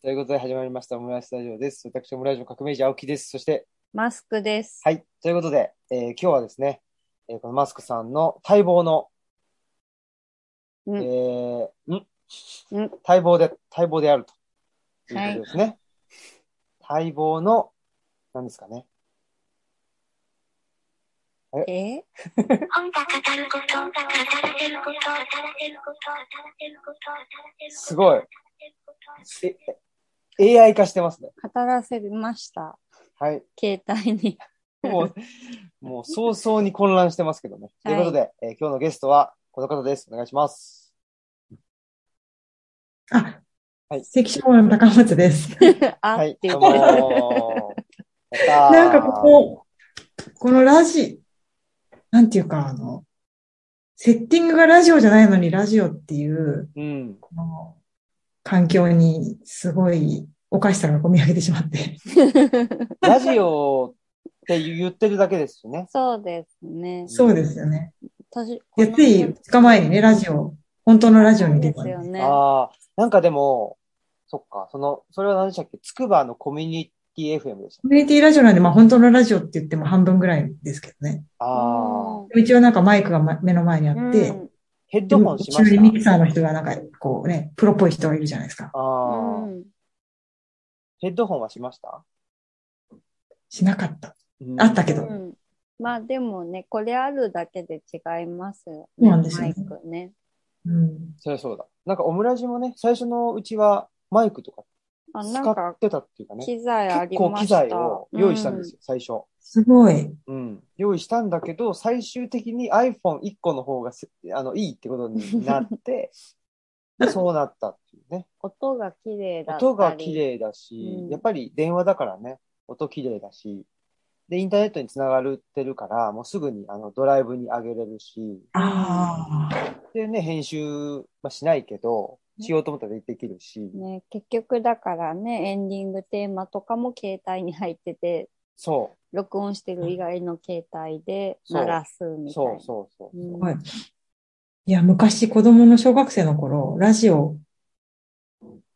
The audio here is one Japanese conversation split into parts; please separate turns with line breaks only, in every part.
ということで始まりましたオムライスタジオです。私、オムライスの革命児青木です。そして、
マスクです。
はい。ということで、えー今日はですね、えーこのマスクさんの待望の、
う
え
ん
ーん
うん
待望で、待望であると。いう
はい
ことですね。待望の、何ですかね。
え
本が語ること、語らせること、語らせること、語らせること、語らせること。
すごい。え AI 化してますね。
語らせました。
はい。
携帯に。
も う、もう早々に混乱してますけどね。ということで、えー今日のゲストはこの方です。お願いします。
あ、
はい
関所の高松です。
あ、
は
っ
い、
て言
ど
っ
うも
て。
やったー
なんかここ、このラジ、なんていうか、あの、セッティングがラジオじゃないのにラジオっていう、
うん。
この環境にすごいおかしさが込み上げてしまって。
ラジオって言ってるだけですしね。
そうですね。
そうですよね。
年
でつい2日前にね、ラジオ、本当のラジオに出
で
たん
す
で
よね。
ああ、なんかでも、そっか、その、それは何でしたっけつくばのコミュニティ FM でした。
コミュニティラジオなんで、まあ本当のラジオって言っても半分ぐらいですけどね。
ああ、
う
でも一応なんかマイクがま目の前にあ
ん
って、
ヘッ
で
ドホ
も
ンし
後
ま
ろにミキ
し
サーの人がなんかこうね、プロっぽい人がいるじゃないですか。
た。ああ、
うん
ヘッドホンはしました
しなかった。あったけど。
うんまあでもね、これあるだけで違いますよ
そう
ね。
なんです
マ
よ
イ
ね
クね。
うん。
そりゃそうだ。なんかオムラジもね、最初のうちはマイクとか
あ、なん
使
か
っ、てたっていうかね。
機材あ
結
り
構
ま
機
した。
材を用意したんですよ、最初。
すごい。
うん。用意したんだけど、最終的に iPhone1 個の方がせあのいいってことにな って、そうなったっていうね。
うん。音が綺麗だったり。
音が綺麗だし、
うん
やっぱり電話だからね、音綺麗だし、で、インターネットにつながってるから、もうすぐにあのドライブに上げれるし、
ああ。
でね、編集、まあ、しないけど、しようと思ったらできるし、
ね、結局だからね、エンディングテーマとかも携帯に入ってて、
そ
録音してる以外の携帯で
そう
鳴らす
う、
みたいな。
そうそうそう。
うん
はい。いや、昔子供の小学生の頃、ラジオ、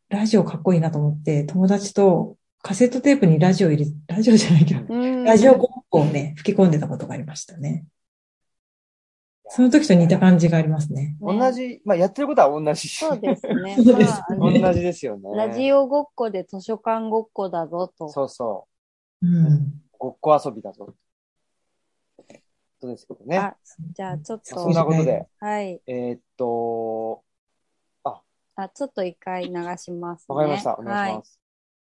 ラジオかっこいいなと思って、友達とカセットテープにラジオ入れ、ラジオじゃないけど、
うん
ラジオごっこをね、吹き込んでたことがありましたね。その時と似た感じがあります
ね
ね。。
同じ、まあ、やってることは同じ。
そうですね
そうですね
まあ あ
同
の
じですよね。
ラジオごっこで図書館ごっこだぞと。
そうそうう。
ん。
ごっこ遊びだぞ。そうですけどね。
あじゃあちょっ
そ
と
ん、なことで、
はい。
えーっと、
あ、ちょっと一回流しますね。
わかりました。お願いし
は
ま
い。
す。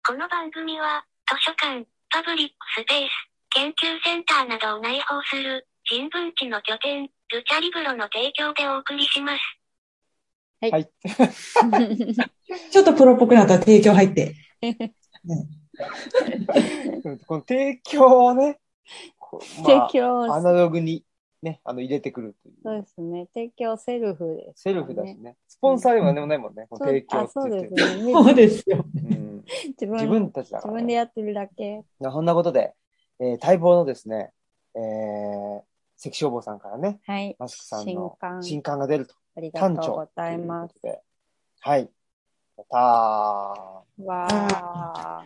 この番組は、図書館、パブリックスペース、研究センターなどを内包する、人文地の拠点、ルチャリブロの提供でお送りします。
は。
はい
ちょっとプロっぽくなったら提供入って。
うん この提供をね、こうまあ
提供、
アナログにね、あの入れてくるとい
そう
う。
ですね。提供セルフです、
セルフだし。ね。スポンサーでも何でもないもんね。この
そう
提供
あ
って
そう
言って
です
る。
ね。
そうですよ。
うん自
自分
分たちだか
自
ら
分で
ね。
やってるだけ。
そんなことで、えー待望のですね、えー関消防さんからね、
はい。
マスクさん
新
の
刊
新刊が出ると。
ありが
単
とう
調
ございます。
ということで。はい。やったー。
わあ、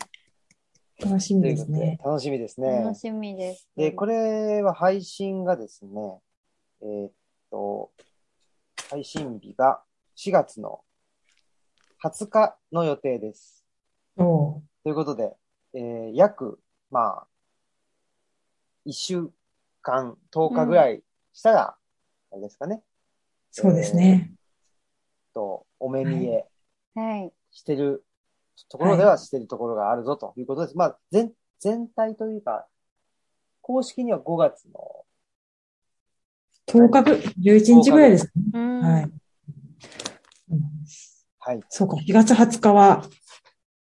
楽しみ
とい
で
うこ
す
とで
ね。、
楽しみですね
楽。しみです。
で、これは配信がですね、えーっと、配信日が4月の20日の予定です。
そ
ということで、えー約、まあ、1週間、10日ぐらいしたら、あれですかね、
う。そうですね。
と、お目見え
はい。
してるところではしてるところがあるぞということです。まあ、全、全体というか、公式には5月の
10日ぐ、11日ぐらいですかね。
うん
はい。うん
はい。
そうか、4月20日は、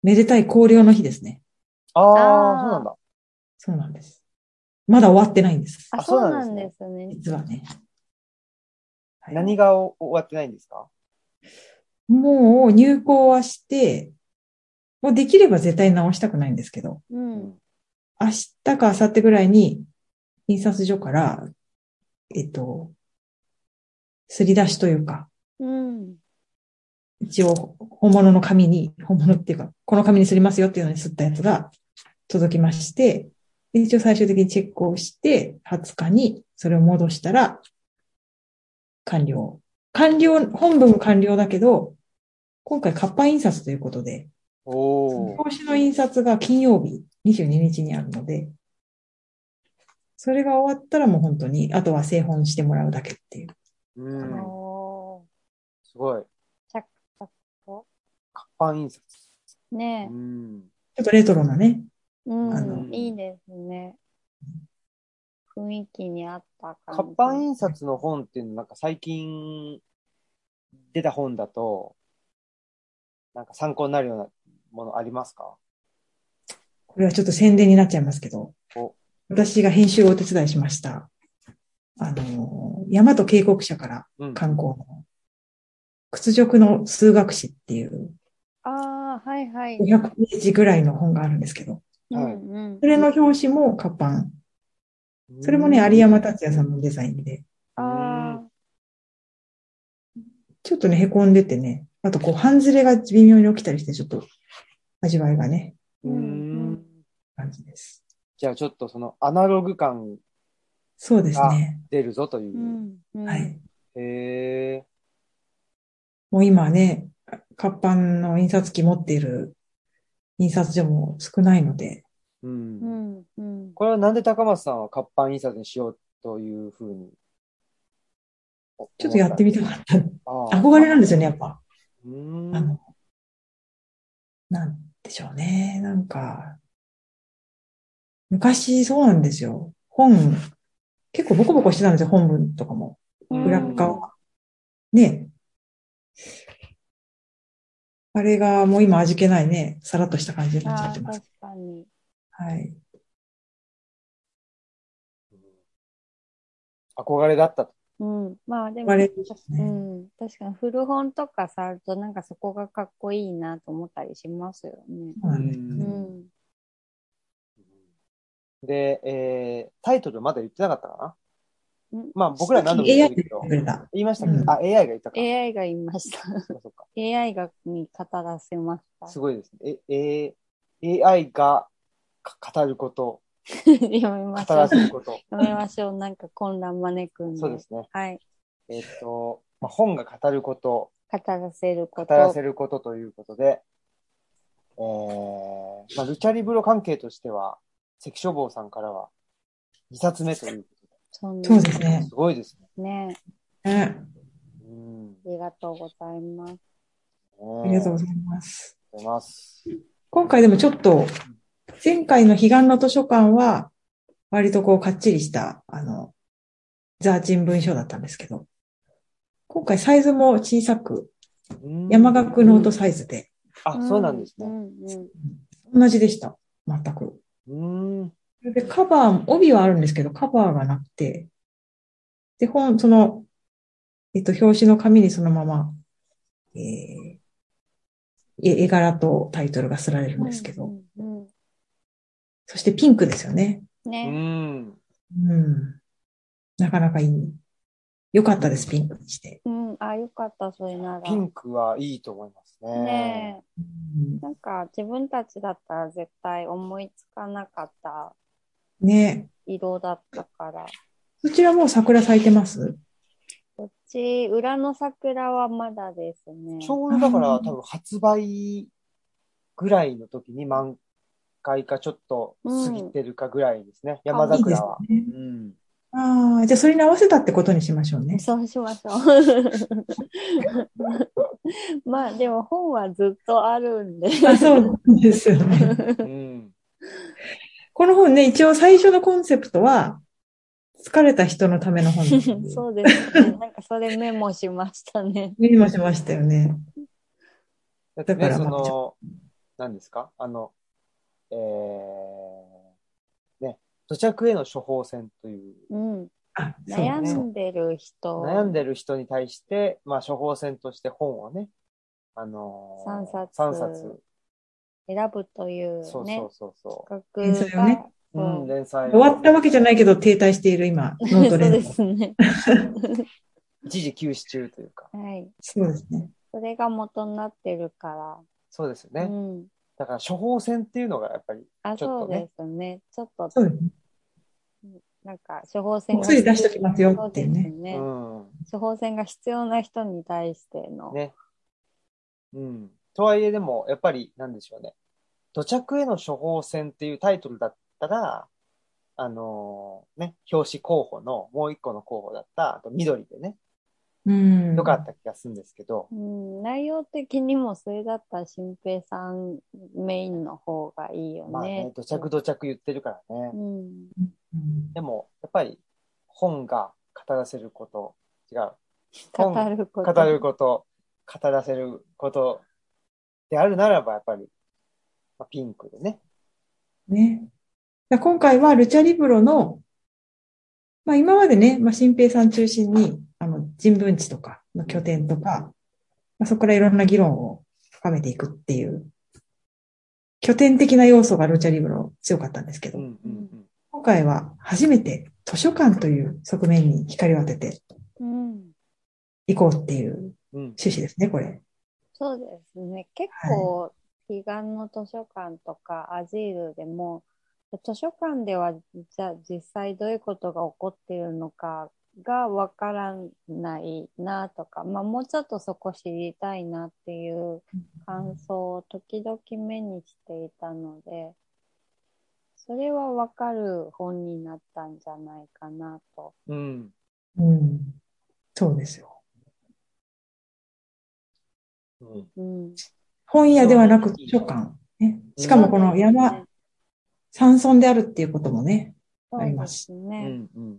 めでたい高陵の日ですね。
ああそうな
あー
んだ。
そうなんです。まだ終わってないんです。
あ、
あそ
そうう
な
なんん
で
ですね。
実はね。はい
何がお終わってないんですか
もう入校はして、もうできれば絶対直したくないんですけど、
うん。
明日か明後日ぐらいに、印刷所から、えっと、すり出しというか、
うん。
一応本物の紙に、本物っていうか、この紙にすりますよっていうのにすったやつが届きまして、で一応最終的にチェックをして、20日にそれを戻したら、完了。完了、本文完了だけど、今回活版印刷ということで、
おー。
表紙の印刷が金曜日22日にあるので、それが終わったらもう本当に、あとは製本してもらうだけっていう。
うん。
お
すごい。
着々
活版印刷。
ー
う
ねえ。
ん。
ちょっとレトロなね。あ
う
の
ん、いいですね。雰囲気に合った感じ。
活版印刷の本っていうの、なんか最近出た本だと、なんか参考になるようなものありますか
これはちょっと宣伝になっちゃいますけど
お、
私が編集をお手伝いしました。あの、大和警告社から
うん。
観光の、屈辱の数学史っていう
ああ、はいはい。
500ページぐらいの本があるんですけど、
はい
うんうん
それの表紙も活版。それもね、
うん
有山達也さんのデザインで、
あ
ちょっとね、凹んでてね、あとこう、半ズレが微妙に起きたりして、ちょっと味わいがね、
う
うんうんん。
感じです。
じゃあちょっとそのアナログ感
そうですね。
出るぞとい
ーう
う。
んうん
はい。
へえ。
もう今ね、活版の印刷機持っている印刷所も少ないので、
う。
うんんうん
これはなんで高松さんは活版印刷にしようというふうに。
ちょっとやってみたかった。
ああ。
憧れなんですよね、やっぱ。
う
あ
ん。
の、なんでしょうね。なんか、昔そうなんですよ。本、結構ボコボコしてたんですよ、本文とかも。
うん
裏っ側が。ねえ。あれがもう今味気ないね、さらっとした感じになっちゃ
あ
って
ー
ます
確。かに。
はい。
憧れだったと。
うん。まあでも、
憧れです
う
ね
ん。確かに古本とか触るとなんかそこがかっこいいなと思ったりしますよね。
そうなんです。
う
うん
ん。
で、えー、タイトルまだ言ってなかったかな
うん
まあ僕ら何度も言ってるけど
AI で、くれた。
言いましたけど、
うん
あ、AI が言ったか。
AI がいました。
そうかそうか
AI がに語らせまし
すごいですね。え、えー AI がか語ること、
た。やめまし
語
ょう
ら。せること。
やめましょう。なんか混乱招くんで。
そうですね。
はい。
えっと、まあ、本が語ること、
語らせるこ
語
と。
らせることということで、えー、まあ、ルチャリブロ関係としては、関書房さんからは2冊目というこ
そうなん
そうです
とで、
ね
す。ごいですね。
ね。
ね
うん。
ありがとうございます。
ありがとう
ね
ございます。
ありがとうございます。
今回でもちょっと、前回の彼岸の図書館は、割とこう、かっちりした、あの、ザーチン文章だったんですけど、今回サイズも小さく、
うん
山岳ノートサイズで、
あ、そうなんです
う
ね。
んうん。
同じでした。全く。
うん。
で、カバー、帯はあるんですけど、カバーがなくて、で、本、その、えっと、表紙の紙にそのまま、えーえ絵柄とタイトルが刷られるんですけど、
うんうんう
そしてピンクですよね。
ん。
う
ね。
ん。
うん。なかなかいい。よかったです、ピンクにして。
うん。あ、よかった、それな
ピ
ら。
ンクはいいと思いますね。
ねえ。
うん
なんか自分たちだったら絶対思いつかなかった
ね
色だったから。
そちらもう桜咲いてます
こっち、裏の桜はまだですね。
ちょうどだから
あー
多分発売ぐらいの時に満開かちょっと過ぎてるかぐらいですね。山
あいい
桜は。
いいですね。
うん。
ああ、じゃあそれに合わせたってことにしましょうね。
そうしまし ょう。まあでも本はずっとあるんで。
あ そうですよね。
うん。
この本ね、一応最初のコンセプトは、疲れた人のための本だっていう。
そうですね。なんかそれメモしましたね。
メモしましたよね。
だってね、
だから
そ
まあち
の、何ですかあの、えー、ね、土着への処方箋という、
うん。
あ、そう
悩
ね。
んでる人。
悩んでる人に対して、まあ処方箋として本をね、あのー、
三冊
三冊。
選ぶという
そう
ね
そう、そうそ
企
そ
画
れを
が、
ね
う。う
そう
ん、連載を。
終わったわけじゃないけど停滞している 今、ノ
そ
ート
う
レン
で
ズ。
すね。
一時休止中というか。
はい。
そうですね。
そそれが元になってるか
そうですよね。
ら。うん。
だから処方箋っていうのがやっぱり、
あ、
ちょっ
そう
とね
ですね。ちょっと、
そうですね。
なんか、処方箋
お薬出しときますよっていうね
そうですね
うん。
処方箋が必要な人に対しての。
ね。うん。とはいえでも、やっぱり、なんでしょうね。土着への処方箋っていうタイトルだったら、あのーね、表紙候補の、もう一個の候補だった、あと緑でね、
うん。
よかった気がするんですけど、
うん、内容的にもそれだったら新平さんメインの方がいいよね。
まあね、土着土着言ってるからね。
うん。
うん。
でも、やっぱり、本が語らせること、違う。
語ること。
語ること、語らせることであるならば、やっぱり、まあ、ピンクでね。
ね。だから今回はルチャリブロの、まあ今までね、まあ新平さん中心に、あの、人文地とかの拠点とか、まあ、そこからいろんな議論を深めていくっていう、拠点的な要素がルチャリブロ強かったんですけど、
うんうん
今回は初めて図書館という側面に光を当てて
うん。
いこうっていう
うん。うん。
趣旨ですね、これ。
そうですね。結構、彼岸の図書館とかアジールでも、図書館では、じゃあ実際どういうことが起こっているのかがわからないなとか、まあもうちょっとそこ知りたいなっていう感想を時々目にしていたので、それはわかる本になったんじゃないかなと。
うん。
うん。そうですよ。
うん。
うん。
本屋ではなく図書館。ね、しかもこの山、山村であるっていうこともね、
そうですね、
あります
そうです
う
ね。
ん。うん。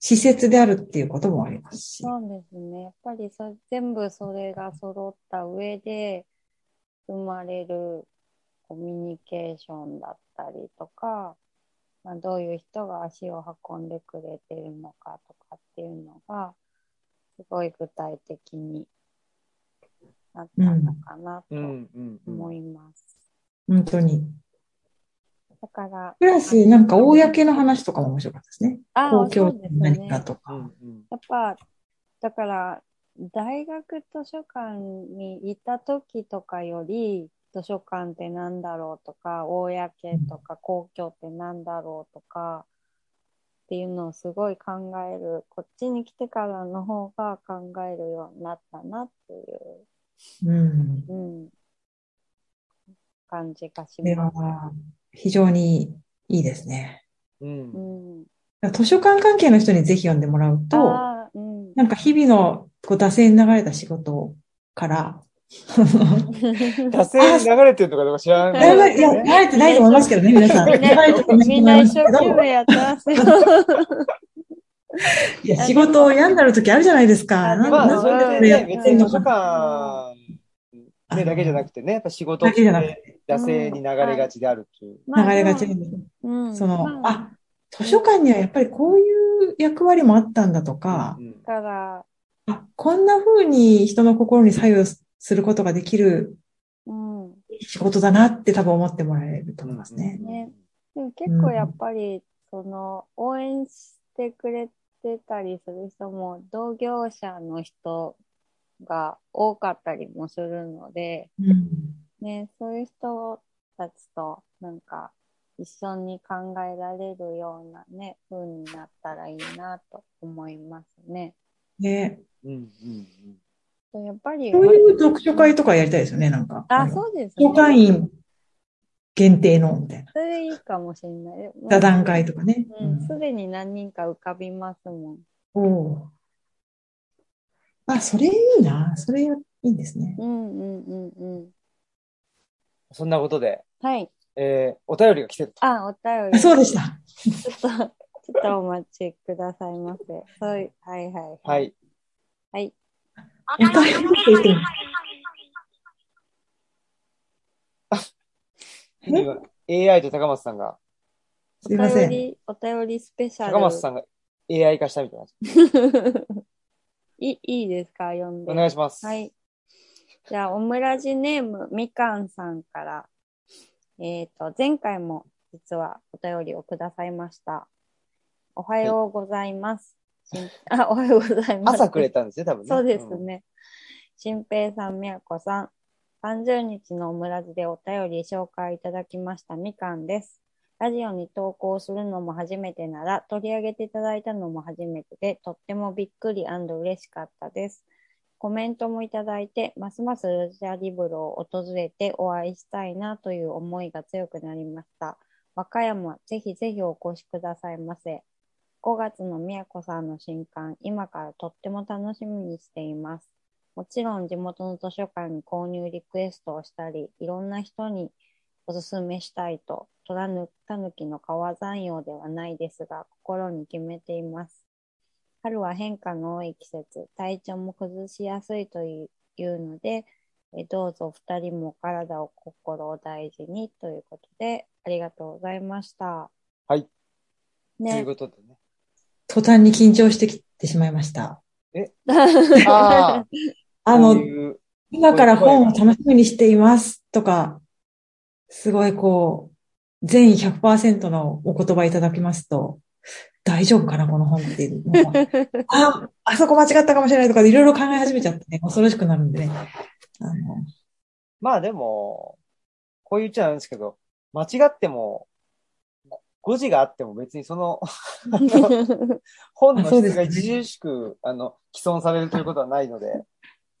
施設であるっていうこともありますし。
そうですね。やっぱりそ全部それが揃った上で生まれるコミュニケーションだったりとか、まあ、どういう人が足を運んでくれてるのかとかっていうのが、すごい具体的になったのかな
う
と
ん。うん。
思います。
本当に。
だから、
プラス、なんか、公の話とかも面白かったですね。
あ
公
そ
共
うです
何か
ね。
と
う
か。
ん。
やっぱ、だから、大学図書館にいた時とかより、図書館ってなんだろうとか、公とか公共ってなんだろうとか、っていうのをすごい考える、こっちに来てからの方が考えるようになったなっていう、
うん。
うん、感じがし
これ
ま
は
す。、
非常にいいですね。
うん。
う
うん。
ん。
図書館関係の人にぜひ読んでもらうと、
あーうん。
なんか日々のこう惰性に流れた仕事 から、
惰性に流れてるのかどうか知らない
だいぶ
け
いや、
どね。
流れてないと思いますけどね、皆さ ん。
みん
流れてるかも
な、
し
み
れ
ん
な
ない
で
一
すけ
生
ど
懸命やってます よ。
いや、仕事を病んだる時あるじゃないですか。
あ
なん
ま
か
あ、それでね、
やっ
別
て
に
ん
図
の
書
か
館、
な
ね、だけじゃなくてね、やっぱ仕事
だ
っ
け
て
じゃなくて、
惰性に流れがちであるっていう。
まあ
流れがち
で
に
も。うん、
その、
まあ、
あ、図書館にはやっぱりこういう役割もあったんだとか
う、ん
だから、
あ、こんな風に人の心に左右することができる
うん。
仕事だなって多分思ってもらえると
うん
思いますね。
ねでも結構やっぱり、その、応援してくれてたりする人も、同業者の人が多かったりもするので、
うん。
ね、そういう人たちと、なんか、一緒に考えられるようなね、風になったらいいなと思いますね。
ね。
うんうんうん。
やっぱり、
そういう読書会とかやりたいですよね、なんか。
あ、
の
そうです
図書
ね。
館員限定の、みたいな。
それいいかもしれない。もう
座談会とかね。
うん、すでに何人か浮かびますもん。
うんおうあ、それいいな。それいいんですね。
うんうんうんうん。
そんなことで、
はい。
えー、お便りが来てると。
あ、お便
あ
り。
そうでした。
ちょっと、ちょっとお待ちくださいませ。そうい、はいはい。
は。い。
はい。
お
便りって言っても
今 AI と高松さんが、
お
すいませ
便
ん。
り、お便りスペシャル。
高松さんが AI 化したみたいな。
いいいですか読んで。
お願いします。
はい。。じゃあ、オムラジネーム、みかんさんから、えっ、と、前回も実はお便りをくださいました。おはよう ございます。しんあ、おはようございます。
朝くれたんですね、多分ね。
そうですね。新平さん、みやこさん、30日のオムラジでお便り紹介いただきましたみかんです。ラジオに投稿するのも初めてなら、取り上げていただいたのも初めてで、とってもびっくり嬉しかったです。コメントもいただいて、ますますルチャリブロを訪れてお会いしたいなという思いが強くなりました。和歌山、ぜひぜひお越しくださいませ。5月のみやこさんの新刊、今からとっても楽しみにしています。もちろん地元の図書館に購入リクエストをしたり、いろんな人におすすめしたいと、トラヌタヌキの川山用ではないですが、心に決めています。春は変化の多い季節、体調も崩しやすいというので、えどうぞお二人もお体を心を大事にということで、ありがとうございました。
はい。とい
ね
う。ことでね。
途端に緊張してきてしまいました。
ああ、
あ
こう
の、
いう、
今から本を楽しみにしていますとか、すごいこう、全員100%のお言葉いただきますと、大丈夫かな、この本って いうのはあ、あそこ間違ったかもしれないとか、いろいろ考え始めちゃってね、恐ろしくなるんでね。あの
まあでも、こう言っちゃなんですけど、間違っても、誤字があっても別にその 本の
あそうで
質
す
が
ね
著しく、あの、既存されるということはないので、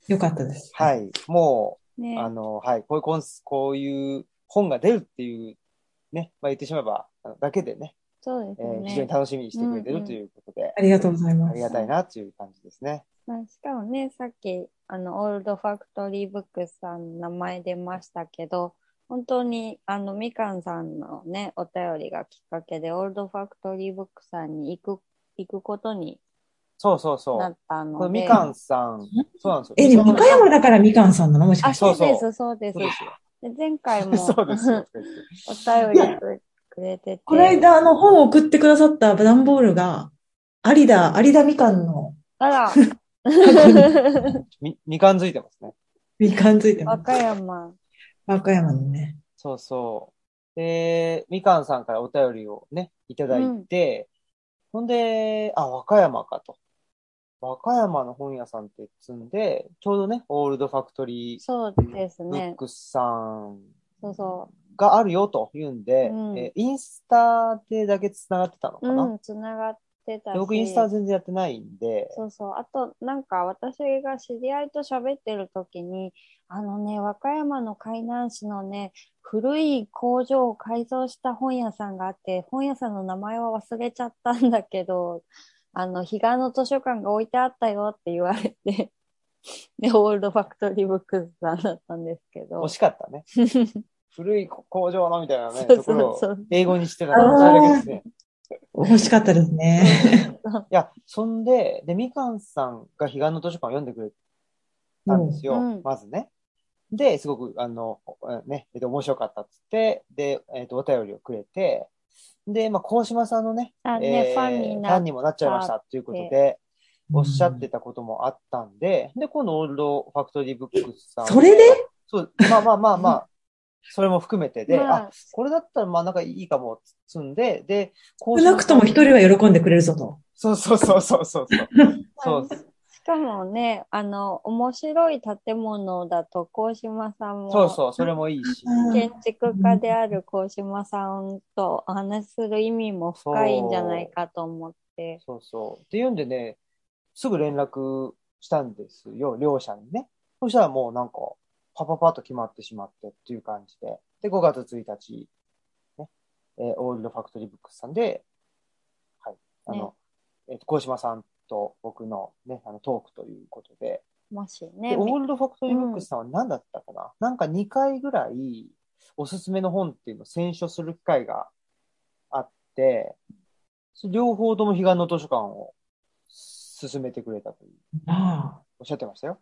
よかったです。
はい。もう、
ね
あの、はい。こういうコンス、こういう本が出るっていう、ね、まあ言ってしまえば、あのだけでね、
そうで
え
す
ー
ね。
非常に楽しみにしてくれて
うんう
る
ん
ということで、
ありがとうございま
ありが
す。
たいなという感じですね。
まあ、しかもね、さっき、あの、オールドファクトリーブックスさんの名前出ましたけど、本当に、あの、みかんさんのね、お便りがきっかけで、オールドファクトリーブックスさんに行く、行くことに
そうそうそ
な
う。
った
この
ので。
みかんさん、そうなんですよ。
え、でも、
み
三
かん
河
さん
山だからみかんさんなのもしか
あ、
し
そ
て。
うで
そ
す、そうです。
そうですよ。
で前回も
そうですよ。とか言って
お便りくくれてて。
この間、あの、本を送ってくださった段ボールが、有田、有田みか んの
あら、
み、みかんづいてますね。
みかんついて
和
ま
歌。
す
山。
和歌山のね。
そうそう。で、みかんさんからお便りをね、いただいて、ほんで、あ、和歌山かと。和歌山の本屋さんって積んで、ちょうどね、オールドファクトリー
そうです
ブッ
ね。
クスさん
そうそ
があるよというんで、
うん
えインスタでだけ繋がってたの
う。
かな。
うん、つながってた
で
し。
僕インスタ全然やってないんで、
そうそう。あと、なんか私が知り合いと喋ってる時に、あのね、和歌山の海南市のね、古い工場を改造した本屋さんがあって、本屋さんの名前は忘れちゃったんだけど、あの、彼岸の図書館が置いてあったよって言われて、 で、オールドファクトリーブックスさんだったんですけど
惜。しかった ね。古い工場のみたいなね、
そうそう
ところ
そ
を
う
英語にしてたのそれだけですね。
欲しかったですね。
いや、そんで、で、みかんさんが彼岸の図書館を読んでくれたんですよ、
うん
まずね。で、すごく、あの、えね、えっと、面白かったっつって、で、えっと、お便りをくれて、で、まあ、鴻島さんのね、
あねファンにな
ファンにもなっちゃいましたということで、おっしゃってたこともあったんで、で、今度、オールドファクトリーブックスさん。
それで
そう、まあまあまあまあ、それも含めてで、
ま
あ
あ、
これだったら、まあ、なんかいいかも、つんで、で、
う
こ
ん少なくとも一人は喜んでくれるぞと。
そうそうそうそうそう。そうそう
しかもね、あの、面白い建物だと、鴻島さんも、
そうそう、それもいいし。
建築家である鴻島さんとお話しする意味も深いんじゃないかと思って。
そうそう。っていうんでね、すぐ連絡したんですよ、両者にね。そしたらもうなんか、パパパッと決まってしまってっていう感じで。で、5月1日、ね、えーオールドファクトリーブックスさんで、はい、あの、えっ、と、鴻島さんと僕のね、あの、トークということで、
もし
で
ね、
オールドファクトリーブックスさんは何だったかな、なんか2回ぐらいおすすめの本っていうのを選書する機会があって、両方とも彼岸の図書館を進めてくれたという
あ
おっしゃってましたよ。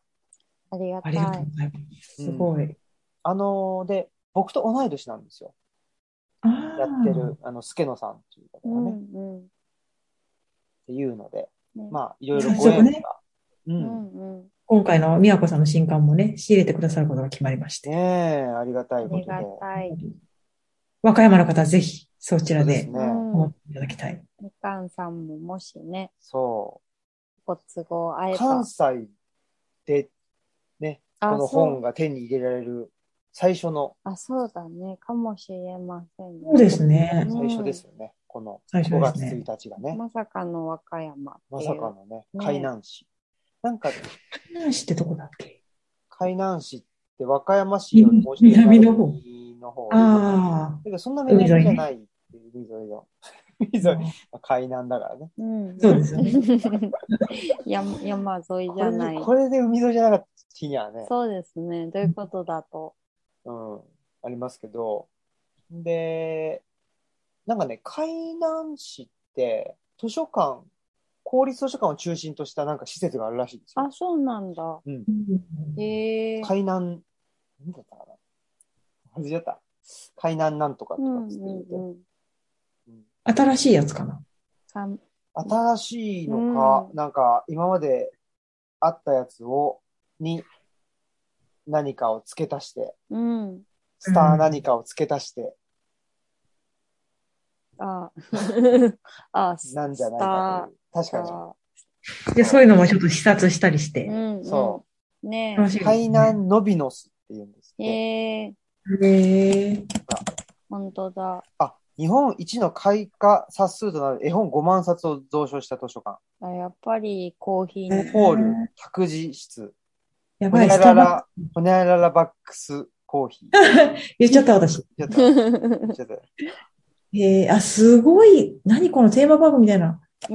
ありが
あ、あ
た
りがとう
い。
ございます。すごい。
あのーで、僕と同い年なんですよ。
ああ
やってる、あの、助野さんっていう
う
方がね、っ
んうん。
ていうので、
ね
まあ、いろいろ
最
ご
初
縁が。
ね
う。
うんんうん。
今回の宮子さんの新刊もね、仕入れてくださることが決まりまして。
ねえ、ありがた
あ
いこ
り
とで。
がたい。
和歌山の方、ぜひ、そちら
そうです
で
ね。
うん
思っ。ていただきたい。
みかんさんももしね、
そう。
ご都合合えば
関。西でね、こ
あ、
の
そ
本
う、
が手に入れられる最初の、
あ、そうだね。かもしれませんね。
そうですね。
最初ですよね。この
最初
5
です
月
ね
1日がね。
まさかの和歌山って
ま
い
さ
う。
かのね、
ね
海南市。なんか、
何市ってどこだっけ
海南市って和歌山市よりもうちょっと
南の方
南の方
あ
だけどそんな南
海沿い
じゃ
ね
ないっていう海沿いの。 海沿い
あ。
まあ海南だからね。
うん。
そうですよね。
山、山沿い
こ
じゃ
れ
ない
で。これで海沿いじゃなかった日にはね、
そうですね。どういうことだと。
うん、ありますけど。で、なんかね、海南市って図書館、公立図書館を中心としたなんか施設があるらしいんですよ
あ、。そうなんだ。
うん、
へえ。
海南、なんだったかな忘れちゃった。海南なんとかと
う
か
ん
っ
う
つって
ん
言って
うん。
新しいやつかな。
かん
新しいのか、
う
なんか今まであったやつを、に何かを付け足して、
うん。
スター何かを付け足して、
あ、 あ、ス
なんじゃないかという。確
スター
か
で、そういうのもちょっと視察したりして
う。んうん。
そ
ね
楽しい
に。
ですね
海南ノビノスって言うんですっ
え。
て。
へえ。
へえ。
本当だ。
あ、日本一の開花冊数となる絵本5万冊を蔵書した図書館。
あやっぱりコーヒ ーに。
ホール、託児室、
や
ほに
ば
ゃ
い、
ら
スタバ。
ら、ほにゃららバックスコーヒー。
言っちゃった、私。
ちょっと、ちょっと、
へえ、あ、すごい。何このテーマパークみたいな。
ねえ。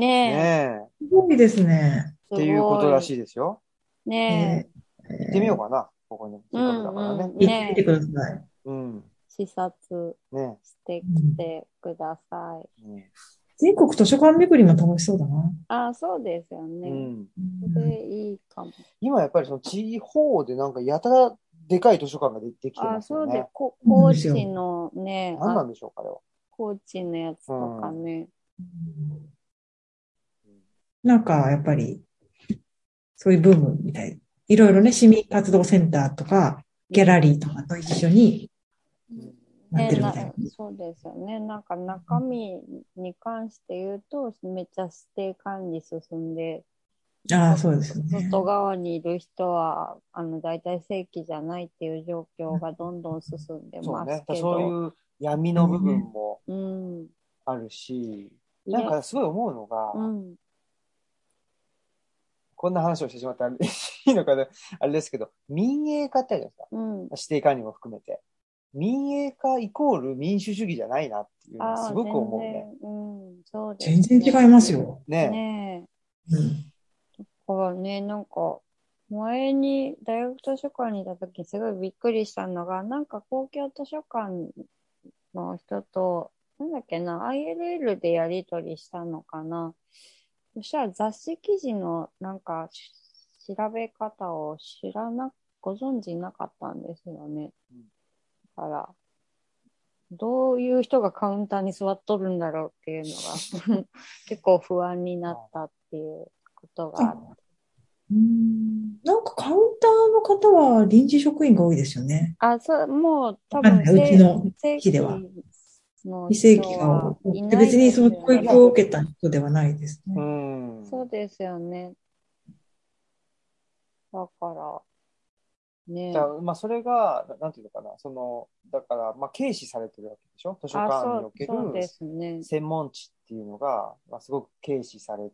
ねえ、
すごいですね。
っていうことらし
い。
いですよ。
ね
行ってみようかな、ここに。せっかくだから
うん
ね
うん。
行ってみてください。
うん。
え。視察
ね
してきてください。
え。ね
全国図書館巡りも楽しそうだな。
あ、そうですよ
う
ね。
ん。
それいいかも。
今やっぱりその地方でなんかやたらでかい図書館がでできて
あ、
ます
そ
よ
うで
ね。、
こ
そうな
高
んですよ
知のね、
何な
あ
んでしょうか、あれは。
高知のやつとかね。
なんか、やっぱり、そういうブームみたい。いろいろね、市民活動センターとか、ギャラリーとかと一緒になっ
ね
てるみ
な
たい。
そうですよね。なんか中身に関して言うと、めっちゃ指定管理進んで、
ああ、そうですよね。
外側にいる人は、あの、大体正規じゃないっていう状況がどんどん進んで
そう
ま
ね
す。け
そう
ど。
いう闇の部分も
うん。
あるし、
い
なん
や、
かすごい思うのが、
うん。
こんな話をしてしまったら いいのかな、あれですけど、民営化ってあるじゃないですか。
うん。
指定管理も含めて。民営化イコール民主主義じゃないなっていうのは
ああ、
すごく思うね。
全然、うん、そうです
全然違いますよ。
ねえ
ねえ。
うん。
こうね、なんか、前に大学図書館にいた時すごいびっくりしたのが、なんか公共図書館の人と、なんだっけな、ILL でやりとりしたのかな。そしたら雑誌記事のなんか調べ方を知らな、ご存知なかったんですよね
うん。
だから、どういう人がカウンターに座っとるんだろうっていうのが結構不安になったっていうことがあって
うんなんかカウンターの方は臨時職員が多いですよね。
あ、そう、もう多
わかん
分、
ない。うちの
正
日では。
の
非正
人
規が
は
多
い
い。
ない
別にその
ですよ
教
ね
育を受けた人ではないです
う
ね。
ん。
そうですよね。だから、ね
だまあ、それが、ななんていうのかな、その、だから、まあ、軽視されてるわけでしょ図書
あ、
館
そ
にお
う、
け
そうで
る
すね。
専門知っていうのが、まあ、すごく軽視されて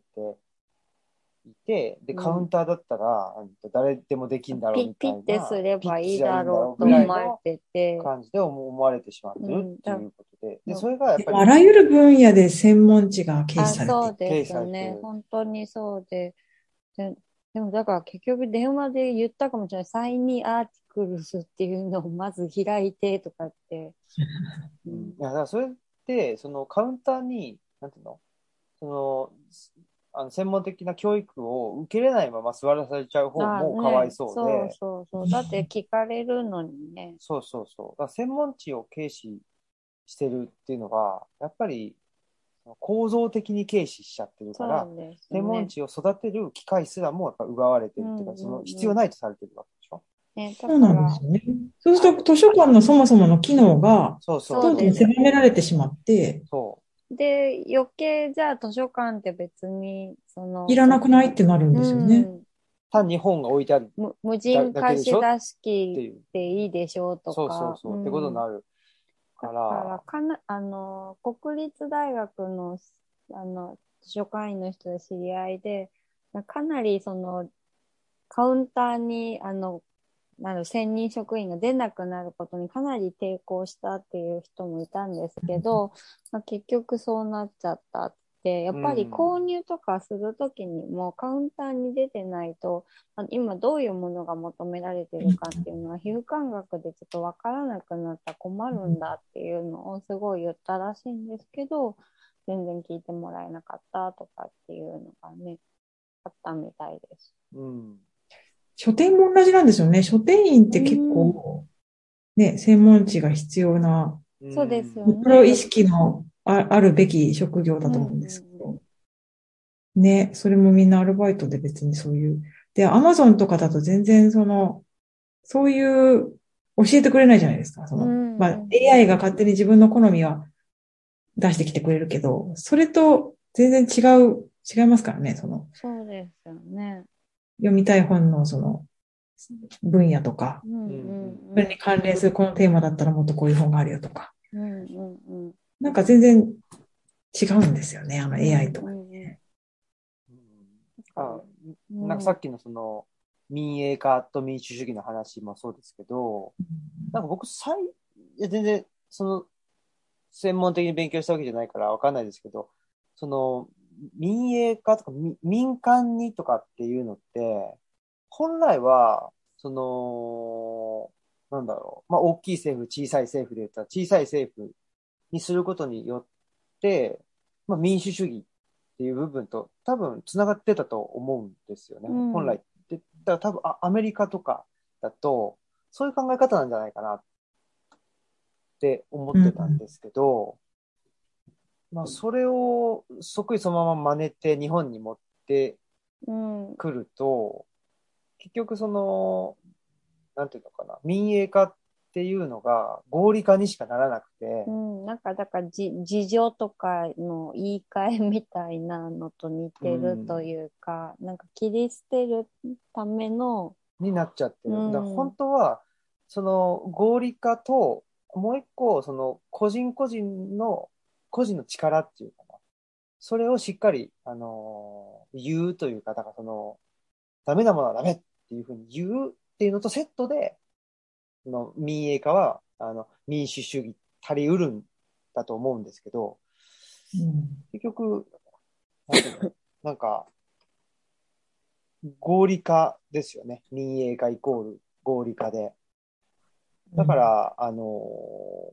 いて、で、
うん
カウンターだったら、うんと誰でもできんだろう
ピッ
み
ピ
たい
ッ
な。
てすればいいだろうと
ピッてすればいい
思
だ
わ
ろ
れてて
うな、感じで思思われてしまってるっていうことで、
う
で、
ん
それがやっ
で
ぱ
も
り、
あらゆる分野で専門知が軽
あ、
視されてい
そう
る。
軽
で
視
す
されて
ね
る。
本当にそうで。で、でもだから結局電話で言ったかもしれない。サインにアーティクルスっていうのをまず開いてとか って。
う
う
ん、
ん
いや、だからそれって、そのカウンターに、なんていうのその、すあの専門的な教育を受けれないまま座らされちゃう方
あ
も
ね
かわいそうで、
そうそうそう。だって聞かれるのにね。
そうそうそう。だから専門知を軽視してるっていうのが、やっぱり構造的に軽視しちゃってる
そ
から、
うです
専門
ね。
知を育てる機会すらもやっぱ奪われてるっていう
うんうんうん
か、その必要ないとされてるわけでしょ。
ね、だ
そ
か
うなんで
ら
す、よね。そうすると図書館のそもそもの機能が
そうそ
そう
どんどん狭められてしまって、
そ
で、余計じゃあ図書館って別に、その、
いらなくないってなるんですよね。
単に本が置いてあるっ
む無人貸し出して機
いう。
でいいでしょうとか。
そうそうそう。ってことになるか
だから
ら、
かな、あの、国立大学の、あの、図書館員の人で知り合いで、かなりその、カウンターに、あの、なる専任職員が出なくなることにかなり抵抗したっていう人もいたんですけど、まあ、結局そうなっちゃったって、やっぱり
うん
購入とかするときにもカウンターに出てないと、あの今どういうものが求められてるかっていうのは、皮膚感覚でちょっとわからなくなったら困るんだっていうのをすごい言ったらしいんですけど、全然聞いてもらえなかったとかっていうのがね、あったみたいです。
うん。
書店も同じなんですよね。書店員って結構、ね、専門知が必要な、
ん
そうですよね
プロ意識のああるべき職業だと思うんですけ
う
ど。ね、それもみんなアルバイトで別にそういう。で、アマゾンとかだと全然その、そういう、教えてくれないじゃないですか。その、
うん
まあ、AI が勝手に自分の好みは出してきてくれるけど、それと全然違う、違いますからね、その、
そうですよね。
読みたい本のその、分野とか、
う
う
んうんんうん。
それに関連するこのテーマだったらもっとこういう本があるよとか。
うんうんうん。
なんか全然違うんですよね、あの AI とか。
うんうん
あ
うん
なんかさっきのその民営化と民主主義の話もそうですけど、なんか僕最、いや全然その専門的に勉強したわけじゃないからわかんないですけど、その民営化とかみ民間にとかっていうのって、本来は、その、なんだろう、まあ大きい政府、小さい政府で言ったら小さい政府にすることによって、まあ民主主義っていう部分と多分つながってたと思うんですよね、
うん
本来って。だから多分あアメリカとかだと、そういう考え方なんじゃないかなって思ってたんですけど、まあそれを即位そのまま真似て日本に持って
うん
来ると、結局その、なんていうのかな、民営化っていうのが合理化にしかならなくて、
うん、なんか、だから、じ、事情とかの言い換えみたいなのと似てるというか、なんか切り捨てるための、
になっちゃってる。
うん
だから本当は、その合理化と、もう一個、その個人個人の、個人の力っていうかな。それをしっかり、あのー言うというか、だからその、ダメなものはダメっていうふうに言うっていうのとセットで、その民営化は、あの、民主主義足りうるんだと思うんですけど、
うん
結局、なんていうのなんか、合理化ですよね。民営化イコール合理化で。だか、ら、あのー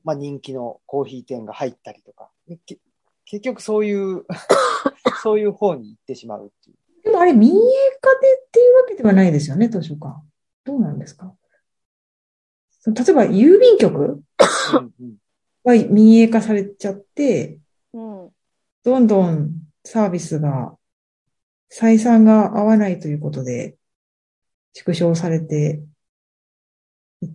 まあ、人気のコーヒー店が入ったりとか、け結局そう いう、そういう方に行ってしまうっていう。
でもあれ民営化でっていうわけではないですよね、図書館。どうなんですかその例えば郵便局
うんうん
は民営化されちゃって、
うん、う
どんどんサービスが、採算が合わないということで、縮小されていっ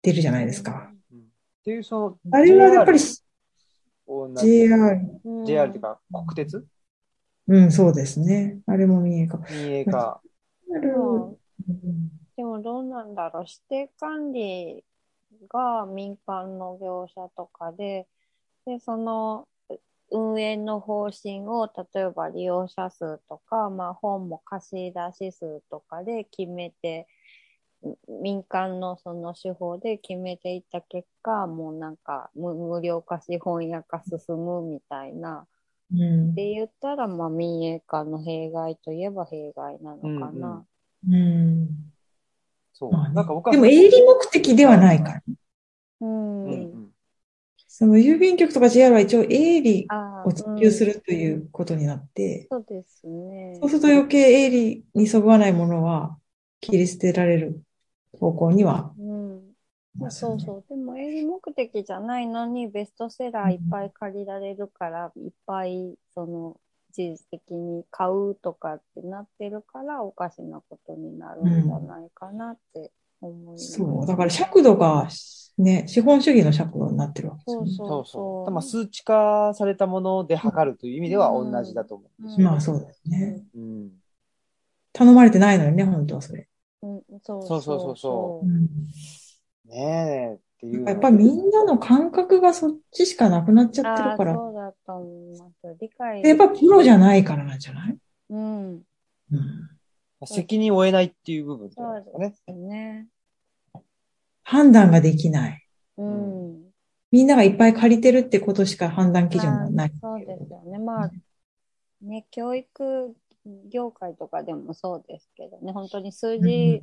てるじゃないですか。
うんっていう、その、
あれはやっぱり
JR
JR、
ん
JR っていうか、国鉄
うん、そうですね。あれも民営化。
民営化。
うん
うん
でもどうなんだろう、指定管理が民間の業者とかで、で、その運営の方針を、例えば利用者数とか、まあ本も貸し出し数とかで決めて、民間のその手法で決めていった結果、もうなんか無無料化し本屋化進むみたいな。
うん
で言ったら、まあ民営化の弊害といえば弊害なのか
うんうん
な。
うん
そう。
まあね
なんか僕は、
でも営利目的ではないから。
う
う
ん
ん
うん
その郵便局とか JR は一応営利
ああ、
を追求す
うん
るということになって、
そうですね。
そうすると余計営利にそぐわないものは切り捨てられる方向には
うん。
います
そ
よ
う
ね。
そう。でも営利目的じゃないのに、ベストセラーいっぱい借りられるから、いっぱい、その、一時的に買うとかってなってるから、おかしなことになるんじゃないかなって思います。
そう。だから尺度が、ね、資本主義の尺度になってるわけで
そ
すよ
う
ね。
そ
そうう
そ。
そうう。
まあ、数値化されたもので測るという意味では同じだと思うんですよね
まあそうですね。
うん。
頼まれてないのよね、本当はそれ。
うん、そう
そうそうそうそうねえ、っていうのが。
やっぱみんなの感覚がそっちしかなくなっちゃって
ああ
る
ー、
から。
そうだと思います。理解。
でやっぱプロじゃないからなんじゃない
うん。
うん。
責任を負えないっていう部分って
そ
こと
う
ですかね
で。すね。
判断ができない。
うん。
みんながいっぱい借りてるってことしか判断基準がない。
そうですよね。まあ、ね、教育業界とかでもそうですけどね、本当に数字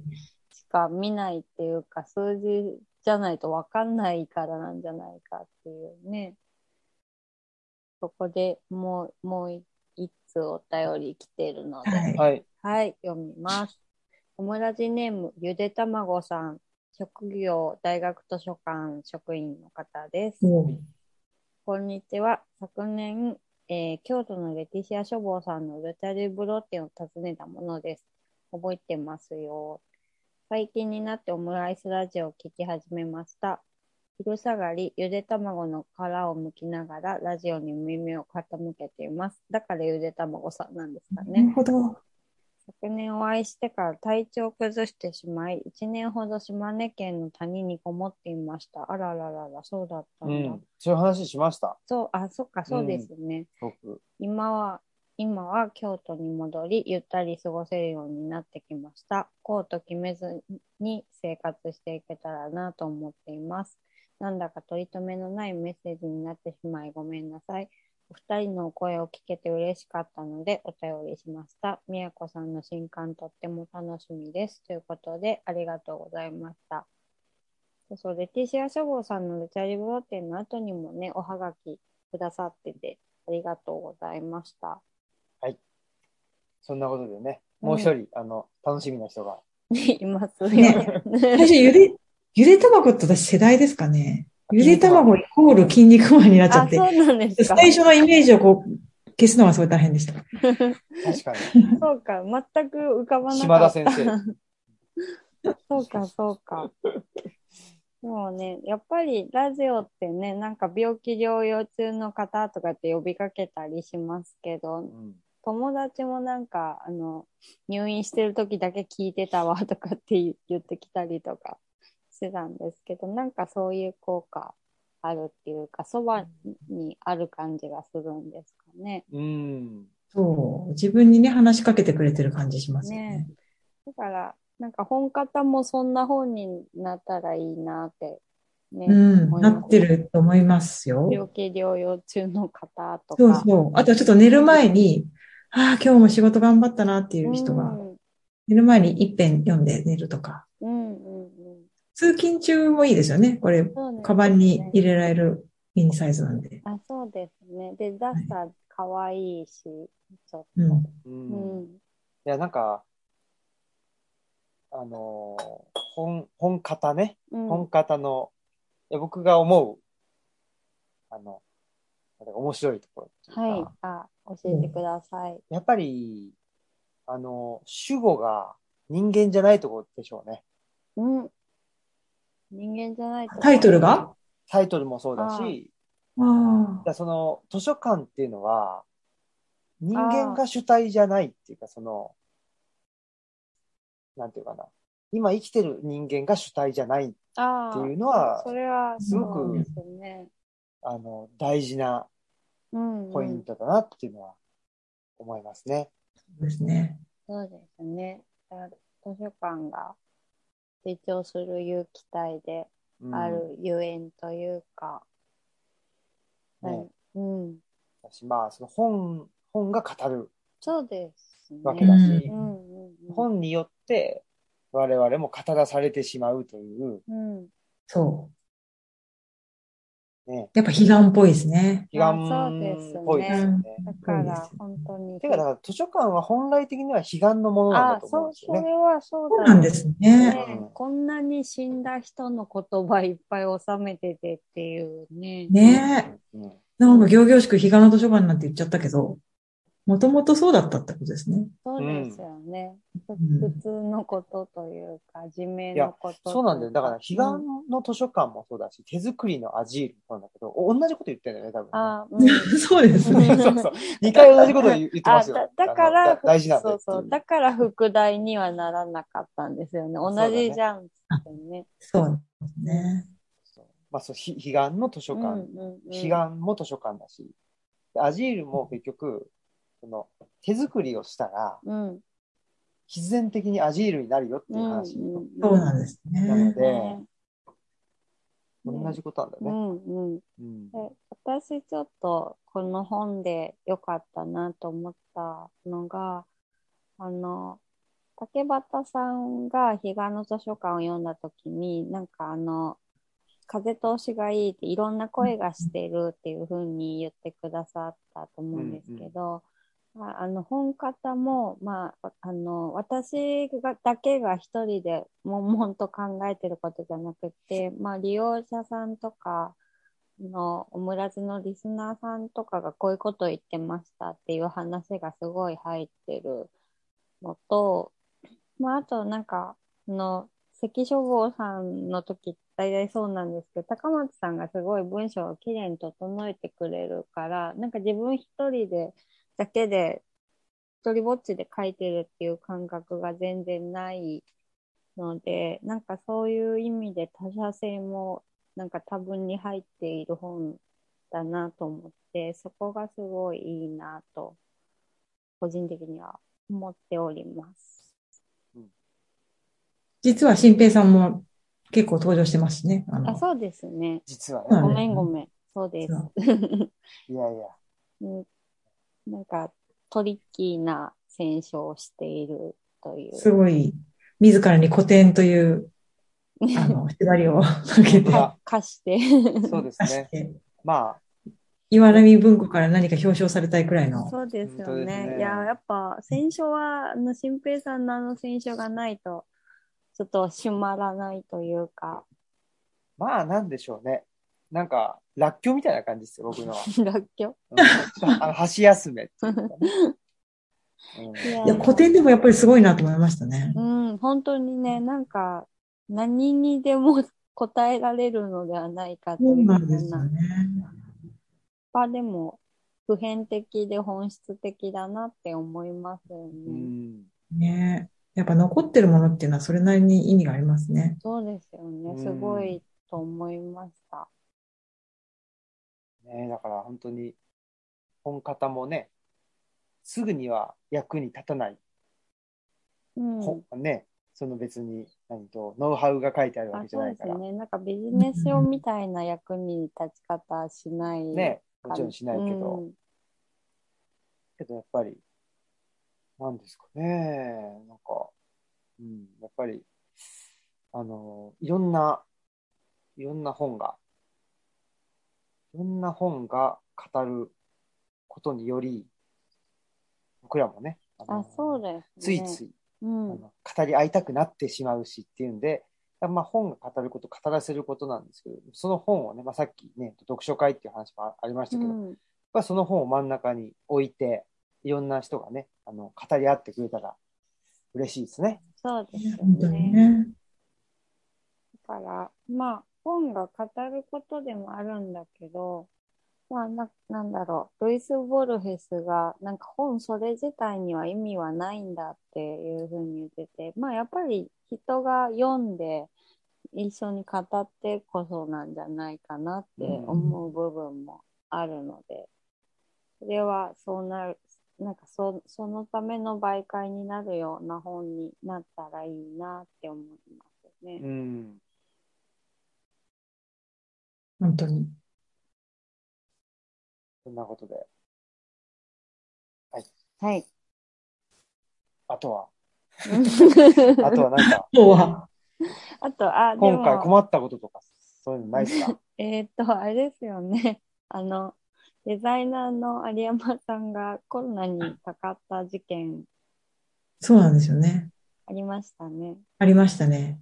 しか見ないっていうか、数字じゃないと分かんないからなんじゃないかっていうね。ここでもう、もう一通お便り来てるので、
はい
はい。
はい、読みます。オムラジネーム、ゆでたまごさん。職業、大学図書館職員の方です。
おう
こんにちは。昨年、えー京都のレティシア書房さんのルタリブロ店を訪ねたものです。覚えてますよ。最近になってオムライスラジオを聞き始めました。昼下がり、ゆで卵の殻を剥きながらラジオに耳を傾けています。だからゆで卵さんなんですか
なる
ね。
ほど。
昨年お会いしてから体調を崩してしまい、1年ほど島根県の谷にこもっていました。あらららら、そうだった
うん
だ。
ん。そういう話しました、
そう、あ、そっか、そうですね。
僕。
今は、今は京都に戻り、ゆったり過ごせるようになってきました。こうと決めずに生活していけたらなと思っています。なんだか取り留めのないメッセージになってしまいごめんなさい。お二人のお声を聞けて嬉しかったのでお便りしました。みやこさんの新刊とっても楽しみです。ということで、ありがとうございました。そうそう、レティシア書房さんのルチャリブロ展の後にもね、おはがきくださってて、ありがとうございました。
そんなことでね、もう一人、あの、楽しみな人が。
いますよ
ね
ね。
最 初、ゆで、ゆで卵って私世代ですかね。ゆで卵イコール筋肉マンになっちゃ
あ、
って
そ。うなんですか。
最初のイメージをこう、消すのがすごい大変でした。
確かに。
そうか、全く浮かばな
島
か
田
った。
先生。
そうか、そうか。でもね、やっぱりラジオってね、なんか病気療養中の方とかって呼びかけたりしますけ
う
ど、
ん。
友達もなんか、あの、入院してる時だけ聞いてたわとかって言ってきたりとかしてたんですけど、なんかそういう効果あるっていうか、そばにある感じがするんですかね。
うん。
そう。自分にね、話しかけてくれてる感じしますよね。
ねだから、なんか本方もそんな本になったらいいなって、ね。
うん、
思い
な
ます
ってると思いますよ
病。気療養中の方とか。
そうそう。あとはちょっと寝る前に、ああ、今日も仕事頑張ったなっていう人
う
が、
ん
寝る前に一遍読んで寝るとか。
うんうんうん。
通勤中もいいですよね。これ、
そうね
カバンに入れられるミニサイズなんで。
あ、そうですね。で、ダッサーかわいいし、ちょっ
うん。
と。
う。
うん
い
ん。
や、なんか、あのー本、本型ね。
うん。
本型の、いや僕が思う、あの、あれ面白いところっていうか、
はい。あ、教えてください。
やっぱり、あの、主語が人間じゃないところでしょうね。
うん。人間じゃないと。
タイトルが
タイトルもそうだ
ああ
し、
ああ
だからその図書館っていうのは、人間が主体じゃないっていうか、その、なんていうかな。今生きてる人間が主体じゃない、
ああ。
っていうのは
それは、
すごく
そうですね。
あの、大事な
うん、
ポイン。トだなっていうのは思いますね。
そうですね。
そうですね。あ図書館が成長する有機体で
うん
あるゆえんというか。
ね
はいうん。
だし、まあ、その本、本が語る
そうですね。
わけだし、
うん
うんうんうん、
本によって我々も語らされてしまうという、
うん。
そう。
ね、
やっぱ悲願っぽいですね。
悲願っぽいですよね。
だから、本当に。
てか、だから図書館は本来的には悲願のものなん
あ
だと思うん
そう、
です
そ
よね。
れはそう
そう
だ
なんですね。
ね
うん
こんなに死んだ人の言葉いっぱい収めててっていうね。
ねえ。
うん
なんか行々しく悲願の図書館なんて言っちゃったけど、もともとそうだったってことですね。
そうですよね。ふ
うん
普通のことというか、地名
いや
のこと。
そうなんだよ。だから、彼岸
う
の図書館もそうだし、手作りのアジールもそうなんだけど、お同じこと言ってんだよね、多分ね、
あー、うん。
そうですね。
そうそう。2回同じこと言ってますよ
あ。だだから、
あのだ大事なんだ
そ
よっ
う
てい
そう。だから、副題にはならなかったんですよね。同
そうだ
じ
ね
じゃんっつってね。
そうですね。
そうまあ、そう、ひ彼岸の図書
うん
館、
うんうん
彼岸も図書館だし、アジールも結局、その、手作りをしたら、
うん。
必然的にアジールになるよっていう話、
そうなんです
なの
ね。
で、同じことなんだ
う
よね。
んうん。
うん
で私ちょっとこの本で良かったなと思ったのが、あの、竹端さんが彼岸の図書館を読んだ時に、なんかあの、風通しがいいっていろんな声がしてるっていう風に言ってくださったと思うんですけど、まああの本方も、まあ、あの私がだけが一人で悶々と考えてることじゃなくて、まあ、利用者さんとかあのオムラジのリスナーさんとかがこういうこと言ってましたっていう話がすごい入ってるのと、まあ、あとなんかあの関書房さんの時大体そうなんですけど高松さんがすごい文章をきれいに整えてくれるからなんか自分一人でだけで一人ぼっちで書いてるっていう感覚が全然ないのでなんかそういう意味で他者性もなんか多分に入っている本だなと思ってそこがすごいいいなと個人的には思っております。
実は新平さんも結構登場してますね。あの
あ、そうですね。
実は
そう
ね。
ごめ
ん
んごめん。そうです。
いやいや。
うんなんかトリッキーな選書をしているという。
すごい、自らに古典という、あの、縛りをかけて、
は
貸して。
そうです
出
ね
し。て、
まあ、
岩波文庫から何か表彰されたいくらいの、
そうです
本
よ
当です
ね。
ね
いや、やっぱ、選書は、あの、新平さんのあの選書がないと、ちょっと締まらないというか、
まあ、なんでしょうね。なんか、らっきょうみたいな感じですよ、僕の は。
らっきょ。
うんあの箸休めっていうかね。
いや
いや、古典でもやっぱりすごいなと思いましたね。
うん、本当にね、なんか、何にでも答えられるのではないかと
そう
いうよ
な
うん
ですよ
な。
ね。
まあでも、普遍的で本質的だなって思いますよ
う
ね。
ん。
ねやっぱ残ってるものっていうのはそれなりに意味がありますね。
そうですよね。すごいと思いました。
ねだから本当に、本方もね、すぐには役に立たない。
うん。
ほね、その別に、何と、ノウハウが書いてあるわ
あ
けじゃ
そう
な
で
い
す
から。ね
ね。なんかビジネス用みたいな役に立ち方しない。
もちろんしないけど。
うん
けどやっぱり、なんですかね、なんか、うん、やっぱり、あの、いろんな、いろんな本が、いろんな本が語ることにより、僕らもね、あの
あ、そうです
つ
ね。
いつい、
う
あ
ん。
の語り合いたくなってしまうしっていうんで、まあ本が語ること、語らせることなんですけど、その本をね、まあさっきね、読書会っていう話もあありました
う
けど、
ん。
まあ、その本を真ん中に置いて、いろんな人がね、あの、語り合ってくれたら嬉しいですね。
そうですよ
本当に
ね。
ね。
だから、まあ、本が語ることでもあるんだけど、まあ、な、なんだろう。ルイス・ボルフェスが、なんか本それ自体には意味はないんだっていうふうに言ってて、まあ、やっぱり人が読んで、一緒に語ってこそなんじゃないかなって思う部分もあるので、それはそうなる、なんかそそのための媒介になるような本になったらいいなって思いますね。
うん。
本当に。
そんなことで。
はい。
あとは、あとはなんか、
今日は、
あと、あ、で
今回
も、
困ったこととか、そういうのないですか
えーっと、あれですよね。 あの、デザイナーの有山さんがコロナにかかった事件
そうなんですよね。
ありましたね。
ありましたね。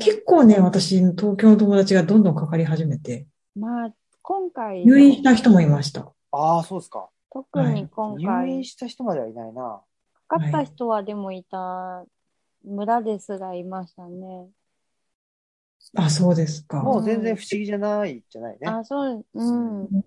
結構ね、私、東京の友達がどんどんかかり始めて、
まあ、今回の、
入院した人もいました。
ああ、そうですか。
特に今
入院
回、
した人まではいないな。
かかった人はでもいた、村ですらいましたね。
あ、そうですか。
もう全然不思議じゃないじゃないね。
あ、そう、うん。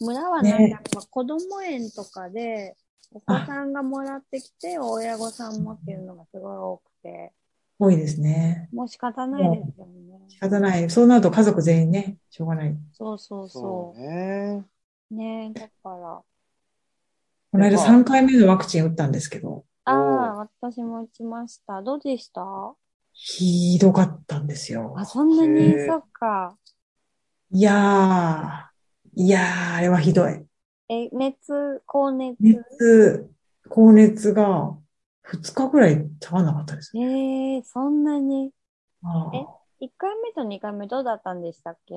村はなんか
ね
やっぱ子供園とかで、お子さんがもらってきて、親御さんもっていうのがすごい多くて、
多いですね。
もう仕方ないですよね。
仕方ない。そうなると家族全員ね、しょうがない。
そうそう
そ
そう
ね。
う。ねだから。
この間
まあ
3回目のワクチン打ったんですけど、
ああ、
お
私も打ちました。どうでした
ひどかったんですよ
あ、。そんなに
へ、え
そっか。
いやー、いやー、あれはひどい。
え、熱、高熱。
熱、高熱が2日ぐらい下がらなかったです。
えー、そんなに。
ああ
1回目と2回目どうだったんでしたっけ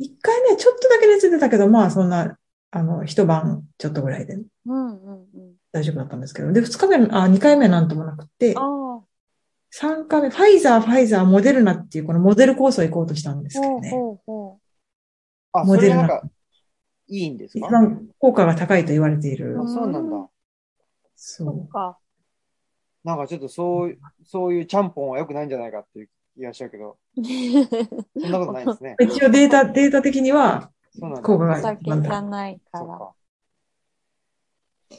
一回目はちょっとだけ熱出たけど、まあそんな、あの、一晩ちょっとぐらいで
うんうんうん。
大丈夫だったんですけど、で、二日目、あ、二回目はなんともなくて、
ああ、
三回目、ファイザー、ファイザー、モデルナっていうこのモデル構想行こうとしたんですけ
ほ
ど
う
ね。
ほうほ
あ、
モ
そ
デ
れ
ルナ
なんか、いいんです
一
か
番効果が高いと言われている。
あそうなん
う
だ
ん。う。そっ
そ
か。
なんかちょっとそう、そういうちゃんぽんは良くないんじゃないかっていう気がしちゃうけど、 そんなことないんですね
う。。一応データ、データ的には
そうなんだ。
効果が
お酒
なん
じ
だ
ゃないか
そう
ら。
か。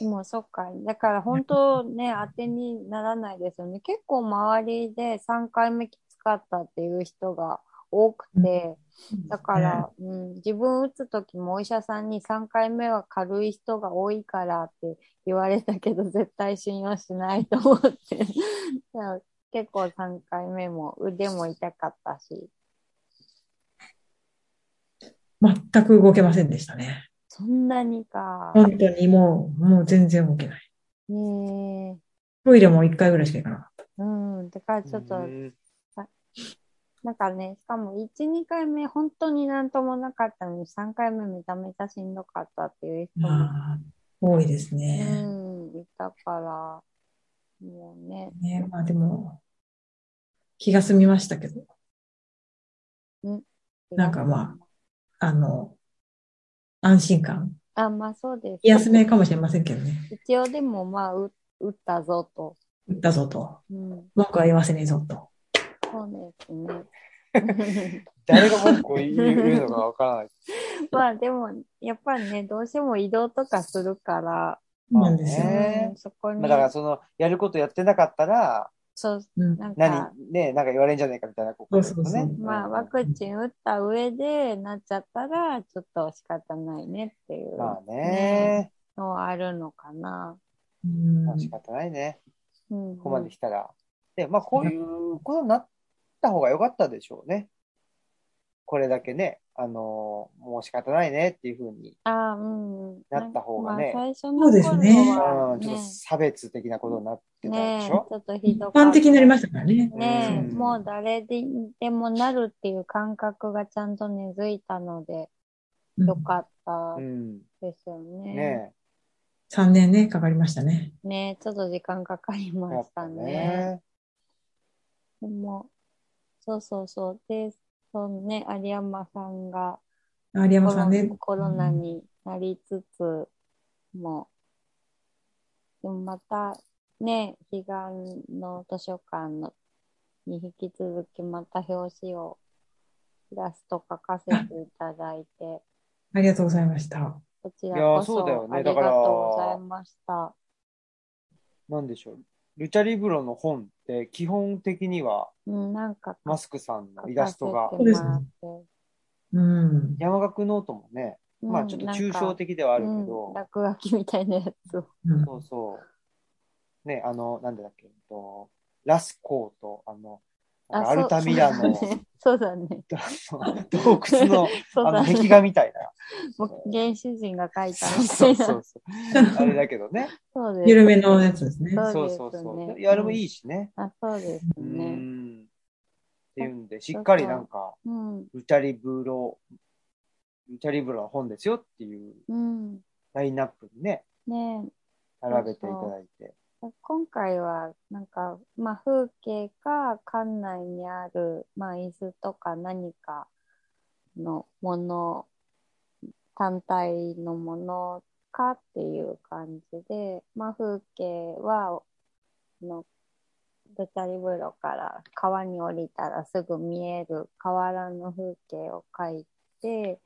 でもそっか。だから本当ね、当てにならないですよね。結構周りで3回目きつかったっていう人が多くて、だから、うん、自分打つ時もお医者さんに3回目は軽い人が多いからって言われたけど、絶対信用しないと思って。 だから結構3回目も腕も痛かったし。
全く動けませんでしたね。
そんなにか。
本当にもう、もう全然動けない。
ねえ。
トイレも一回ぐらいしか行かなかった。
うん。だからちょっ
う
と、
ん
なんかね、しかも1、2回目本当になんともなかったのに、3回目めちゃめちゃしんどかったっていう人も、
まあ、多いです
う
ね。
ん、いたから、もうね、
ね、まあでも、気が済みましたけど、なんかまあの、安心感。
あ、あ、まあそうです。
気休めかもしれませんけどね。
一応でもまあ、う打ったぞと。
打ったぞと。
うん、
僕は言わせねえぞと。
そうです ね。
誰が文句を言う言うのかわからない。
まあでも、やっぱりね、どうしても移動とかするから、
そうなんですよ。
まあね
うん、そこに
まあ、だからその、やることやってなかったら、
そう、
うん
なんか
何、、ね、なんか言われんじゃないかみたいなことですよね。
そうそうそうん
まあ、ワクチン打った上でなっちゃったら、ちょっと仕方ないねっていう
まあね、
のはあるのかな。
うん
まあ仕方ないね。
うん、
ここまで来たら。で、まあこういうことになった方が良かったでしょうね。これだけね、あのーもう仕方ないねっていうふうに、
ああ、うん。
なった方がね
まあ、最初の
そうですね
頃
う
は
ん、
ね
ちょっと差別的なことになってた
ね
で
え、
し
ち
ょ、
ょっとひ
一
どかった。
般的になりましたからね。
ねえ、
うん
もう誰ででもなるっていう感覚がちゃんと根付いたので、よかった
うん。
ですよね。
ね
3年ね、かかりましたね。
ねえ、ちょっと時間かかり
え。
ま
やっ
し
ぱ
たね。
ね。
でも、そうそうそう。で、そのね、有山さんが
有
コ
山さ
ロ
んね。
コロナになりつつも、でもまたね、彼岸の図書館のに引き続きまた表紙をイラスト書かせていただいて、
ありがとうございました。
こちら
いやー
こ
そうだよ
そ
ね
ありがとうございました。
なんでしょう。ルチャリブロの本って基本的には
うん、なんか
マスクさんのイ
書
ラ
か
ス
せて
ト
も
が、
らって。
うん。
山岳ノートもね、まあちょっと抽象的では
あ
あるけど、
落書きみたいなやつを。
うん
そうそう。ね、あの、なんだっけ、えっと、ラスコーと、あの、 なんかア
そう
ルタミラ
そう
の
だ、ねそうだね。
あの洞窟の、
そう
あ
だ
の、
ね。
壁画みたいな。
もう原始人が描いたみた
そ
いうな。
そう そう。あれだけどね。
そう です。
緩めのやつですね。
そう
そう
ですね
そうそう。いやあれもいいしね。
あ、そうです
う
ね。
ん。っていうんで、しっかりなんか、
うん。
ルチャリブロ、ルチャリブロの本ですよっていう
うん。
ラインナップにね、
ねえ
並べていただいて。
今回は、なんか、まあ、風景か、館内にある、まあ、椅子とか何かのもの、単体のものかっていう感じで、まあ、風景は、あのルチャリブロから川に降りたらすぐ見える河原の風景を描いて、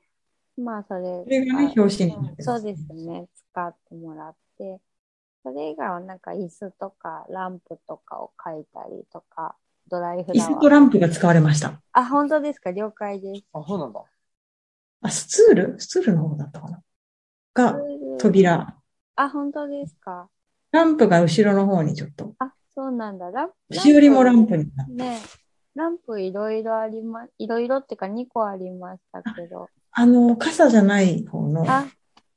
まあ、それ
それが
が
ね、表紙になって
そうですね、使ってもらって、それ以外はなんか椅子とかランプとかを描いたりとか、ドライフ
椅
ラ
子と
ワー。
ランプが使われました。
あ、本当ですか了解です。
あ、そうなんだ。
あ、スツールスツールの方だったかなが、扉。
あ、本当ですか
ランプが後ろの方にちょっと。
あ、そうなんだ。ラン
しおりもランプ
に。
になった。
ねランプいろいろありま、いろいろっていうか2個ありましたけど、
あの、傘じゃない方の、
あ、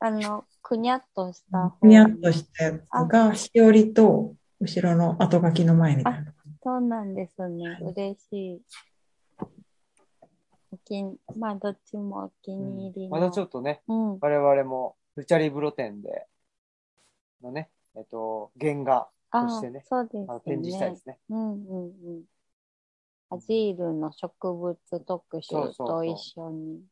あの、くにゃっとした方。
ふにゃっとしたやつが、しおりと、後ろの後書きの前みたいな。
そうなんですね。嬉しい。お気に、まあ、どっちもお気に入りの。
またちょっとね、
うん。
我々も、ルチャリブロ展で、のね、えっと、原画、
あ、
そしてね
そうですね
あの。展示したいですね。
うんうんうん。アジールの植物特集
そうそうそ
と
う
一緒に。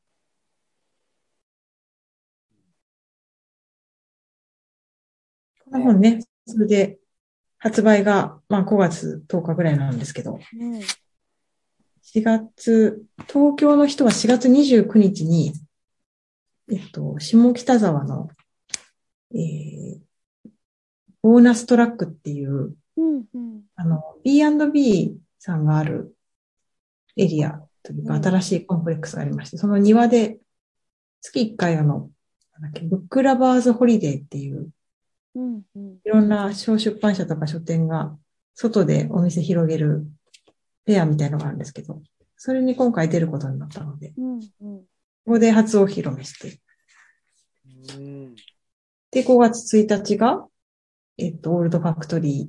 この本ね、それで、発売が、まあ5月10日ぐらいなんですけど、
うん。
4月、東京の人は4月29日に、えっと、下北沢の、えー、ボーナストラックっていう、
うんうん。
あの、B&B さんがあるエリアというか、
うん
新しいコンプレックスがありまして、その庭で、月1回あの、なんだっけ、ブックラバーズホリデーっていう、
うんうん。
いろんな小出版社とか書店が外でお店広げるフェアみたいのがあるんですけど、それに今回出ることになったので、
うんうん。
ここで初お披露目して。
うん。
で、5月1日が、えっと、オールドファクトリ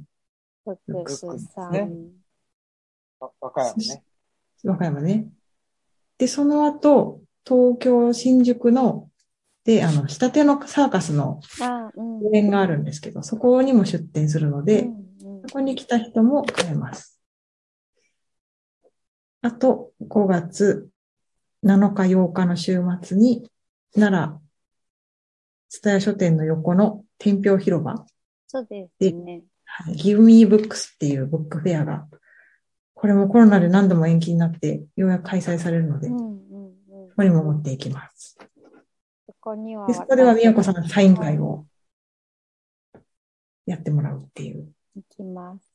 特集さ
ね
ん。
わ和歌山ね。
ー、和歌山ね。で、その後、東京、新宿の、で、あの、下手のサーカスの
あ、うん。
公園があるんですけど、そこにも出店するので、
うんうん
そこに来た人も買えます。あと、5月7日、8日の週末に、奈良、蔦屋書店の横の天平広場、
そうですね。
はい、Give Me Books っていうブックフェアが、これもコロナで何度も延期になって、ようやく開催されるので、
う
こ
んうんうん。
こにも持っていきます。
そこには
で、そこでは
私
宮子さんのサイン会をやってもらうっていう。
行きます。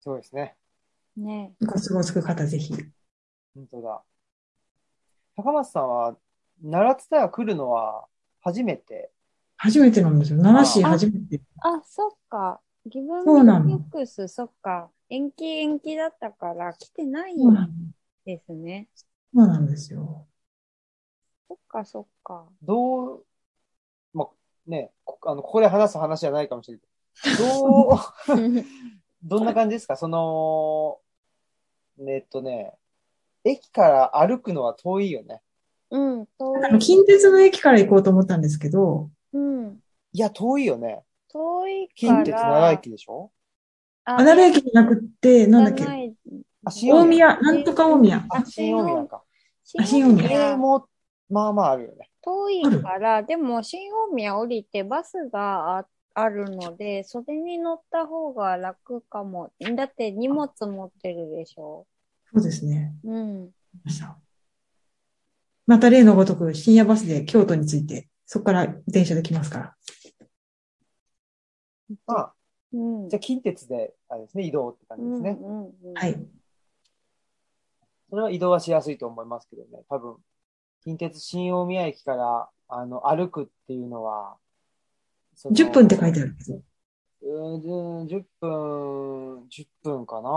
そうですね。
ね。
ご都合つく方ぜひ。
本当だ。高松さんは、奈良津田が来るのは初めて。
初めてなんですよ。奈良市初めて。
あ、そっか。ギブ
そう
ン
な
ミ
の
ックス、そっか。延期延期だったから来てない
そうなん
ですね。
そうなんですよ。
そっか、そっか。
どう、まあ、ね、こあの、ここで話す話じゃないかもしれないけど、ど う、どんな感じですかその、えっとね、駅から歩くのは遠いよね。
うん、遠
あの
い。
近鉄の駅から行こうと思ったんですけど、
うん、
いや、遠いよね。
遠いから。
近鉄長駅でしょ
あ
あだれ駅じゃなくって、なんだっ
じゃ
け、
い
あ、新
大
大宮。
宮、なんとか大宮。
あ、新大宮か。
あ
新
新
大
こ
大宮
れ
宮。
も、まあまああるよね。
遠いから、でも新大宮降りてバスがああるので、それに乗った方が楽かも。だって荷物持ってるでしょ。
そうですね。
うん。
また例のごとく深夜バスで京都に着いて、そこから電車で来ますから。
まあ、
うん。
じゃあ近鉄で、あれですね、移動って感じですね。
うんうんうん、
は。い。
それは移動はしやすいと思いますけどね。多分、近鉄新大宮駅から、あの、歩くっていうのは、その
10分って書いてあるけど。
うーん、10分、10分かな。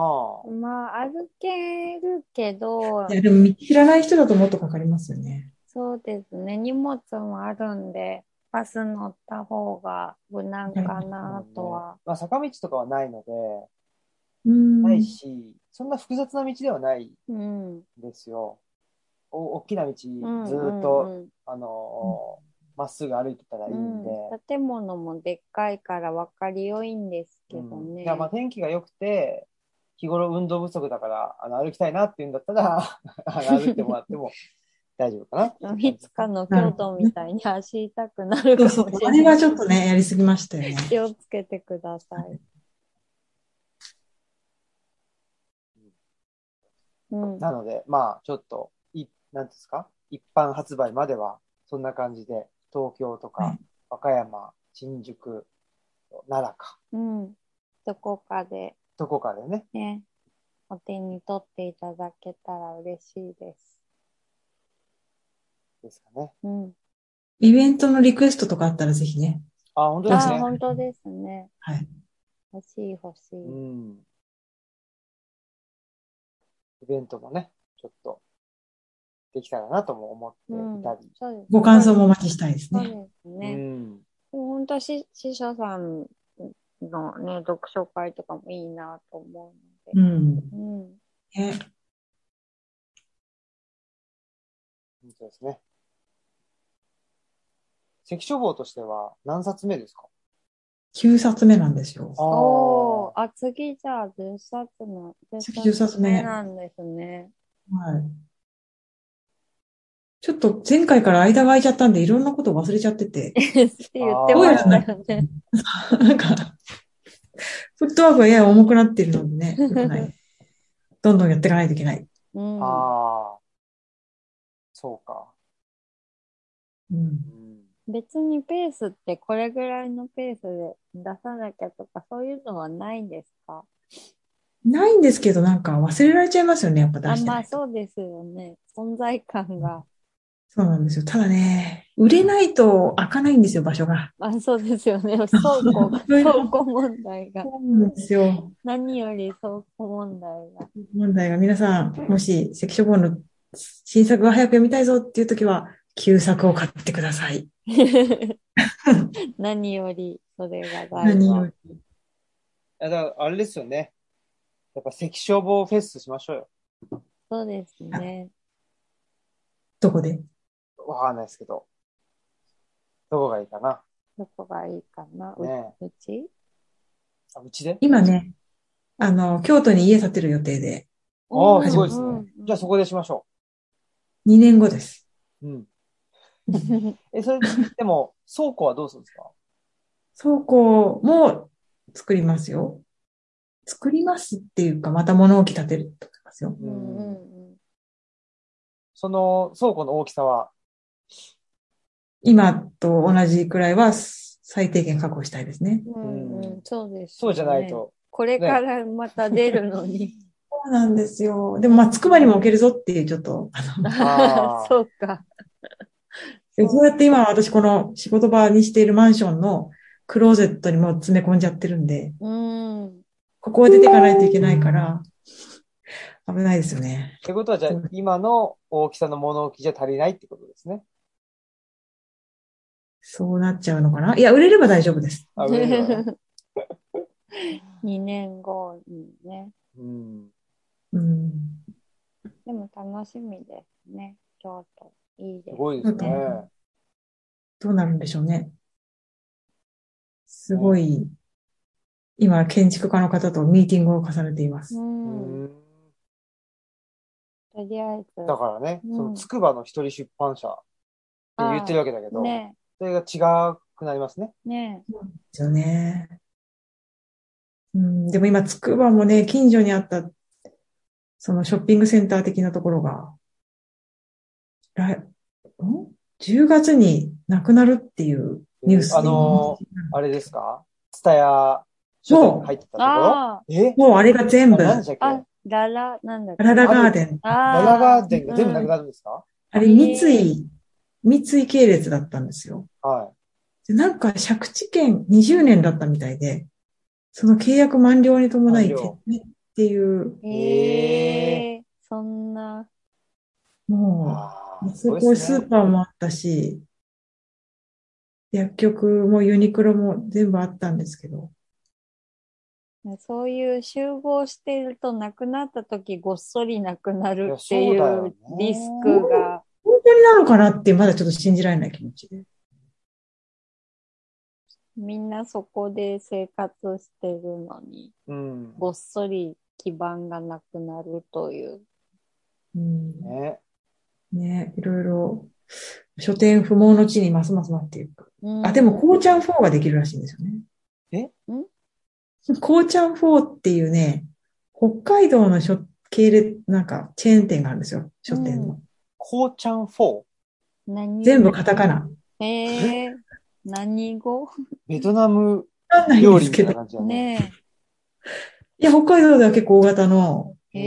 まあ、歩けるけど
い、や、でも知らない人だともっとかかりますよね。
そうですね、荷物もあるんで、バス乗った方が無難かなとは。
まあ、坂道とかはないので、
うん。
ないし、そんな複雑な道ではないん
うん。
ですよ。お大きな道、ず
うん
ーっ
う
と、
ん
あのー、まっすぐ歩いてたらいい
うん
んで。
建物もでっかいから分かりよいんですけど
うん
ね。
いや、まあ、天気が良くて、 日頃運動不足だから、あの、歩きたいなっていうんだったら、あの歩いてもらっても大丈夫かな。
いつかの京都みたいに足痛くなるか
そ
も
う
し
そう。あ
れ
れ
な。
はいちょっとね、やりすぎましたよね。
気をつけてください。うん。
なので、まあ、ちょっと、い、なんですか一般発売までは、そんな感じで、東京と
は
か
い、
和歌山、新宿、奈良か、
うん。どこかで
どこかでね、
ね、お手に取っていただけたら嬉しいです。
ですかね。
うん。
イベントのリクエストとかあったらぜひね。
あ、本当で
あ
す
ー、
ね。
本当ですね。
はい。
欲しい欲しい。
うん。イベントもね、ちょっと、できたらなとも思っていたり。
そうです
ご感想もお待ちしたいです
そうで
ね。
す
う
ね。
ん。
でも本当し、司書さんのね、読書会とかもいいなと思う
う
ので。
ん。
うん。
ね
本当ですね。関書房としては何冊目ですか
9冊目なんですよ。
おー、あ、次じゃあ10冊の、
次10冊目
なんですね。、
はい。ちょっと前回から間が空いちゃったんで、いろんなこと忘れちゃってて
って言ってましたよね。
なんか、フットワークがやや重くなってるので ね、良くない。どんどんやっていかないといけない。
うん。
ああ。そうか。
うん
う。ん。
別にペースってこれぐらいのペースで出さなきゃとかそういうのはないんですか
ないんですけど、なんか忘れられちゃいますよね、やっぱ出
あ、
して
ま
な
あ
いと。
そうですよね。存在感が。
そうなんですよ。ただね、売れないと開かないんですよ、場所が。
まあそうです よね。倉庫、
ろいろ
倉庫問題が
そ。うなんですよ。
何より倉庫問題が。
問題が皆さん、もし関所本の新作が早く読みたいぞっていう時は、旧作を買ってください。
何よりそれが大
何
事。
より。
いやだからあれですよね。やっぱ関消防フェスしましょうよ。
そうですね。
どこで
わかんないですけど。どこがいいかな。
どこがいいかな。う
ね
うち
あうちで
今ね、あの、京都に家建てる予定で、
ああ
うん
すごいですね
うんうん
じゃあそこでしましょ
2年後です。
う。うん。え、 それ、でも、倉庫はどうするんですか
倉庫も作りますよ。作りますっていうか、また物置建てると思いますよ。
うんうんうん。
その倉庫の大きさは、
今と同じくらいは最低限確保したいですね。
うんうん、そうです、
そうじゃない。と。
これからまた出るの に。
そうなんですよ。でも、まあ、つくばにも置けるぞっていう、ちょっと、あの、
あー
そうか。
でそうやって今私この仕事場にしているマンションのクローゼットにもう詰め込んじゃってるんで、
うん。
ここを出ていかないといけないから、危ないですよね。
ってことは、じゃあ、今の大きさの物置じゃ足りないってことですね。
そうなっちゃうのかないや、売れれば大丈夫です。
あ売れる わね
2年後にね。
うん。
うん。
でも楽しみですね。京都。いいですす。
ごいですね。
どうなるんでしょうね。すごい、今、建築家の方とミーティングを重ねています
う。。
うんん。
とりあえず。
だからね、
うん
その、つくばの一人出版社って言ってるわけだけど、
ね
それが違くなりますね。
え、ね
ですよね。うん、でも今、つくばもね、近所にあった、そのショッピングセンター的なところが、来、ん ?10 月になくなるっていうニュース
あのあれですかツタヤ書店に入ってたと
え。
こ
あ
ろえ
もうあれが全
あ
部、
何で
ラ
したっけ
あ。あ、ララ、なんだっけ。
ラガーデン。
あ
ラ
ー
ラガーデンが全部なくなるんですか、
あれ、三井、三井系列だったんですよ。
はい。
でなんか、借地権20年だったみたいで、その契約満了に伴い、
満
撤
了
退っていう、
うん
へ
ええそんな。
もう、
あー
すごいス
す
ーパーもあったし、薬局もユニクロも全部あったんですけど、
そういう集合しているとなくなった時ごっそりなくなるって
いや
い
そうだよね
うリスクが。
本当になのかなってまだちょっと信じられない気持ちで。
みんなそこで生活してるのに、
うん。
ごっそり基盤がなくなるという。
うん、
ね。
ね、いろいろ、書店不毛の地にますますなっていく。
うん
あ、でも、こうちゃん4ができるらしいんですよね。 こうちゃん4っていうね、北海道の書系列、なんか、チェーン店があるんですよ、書店の。
こうちゃん 4?
何
全部カタカナ。
ええ何語
ベトナム
わかんないん
料理
です
みた
け
いな
ど。
感じだね。
ね
いや、北海道では結構大型の、
え。
へ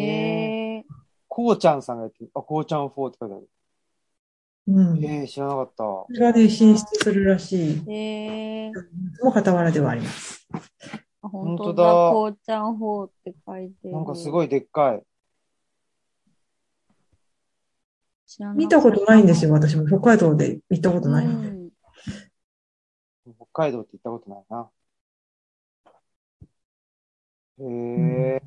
ええ。
こうちゃんさんがやってる。あ、こうちゃん4って書いてある。
うん。
ええ知らなかった。
それがね、進出するらしい。
ええ。
もう傍らではあります。
あ本当
本当
だ。
だ
こうちゃん法って書いてる。
なんかす
い。
ごいでっかい。
見たことないんですよ、私も。北海道で行ったこ
う
と
ん。
ないので。
北海道って行ったことないな。へえ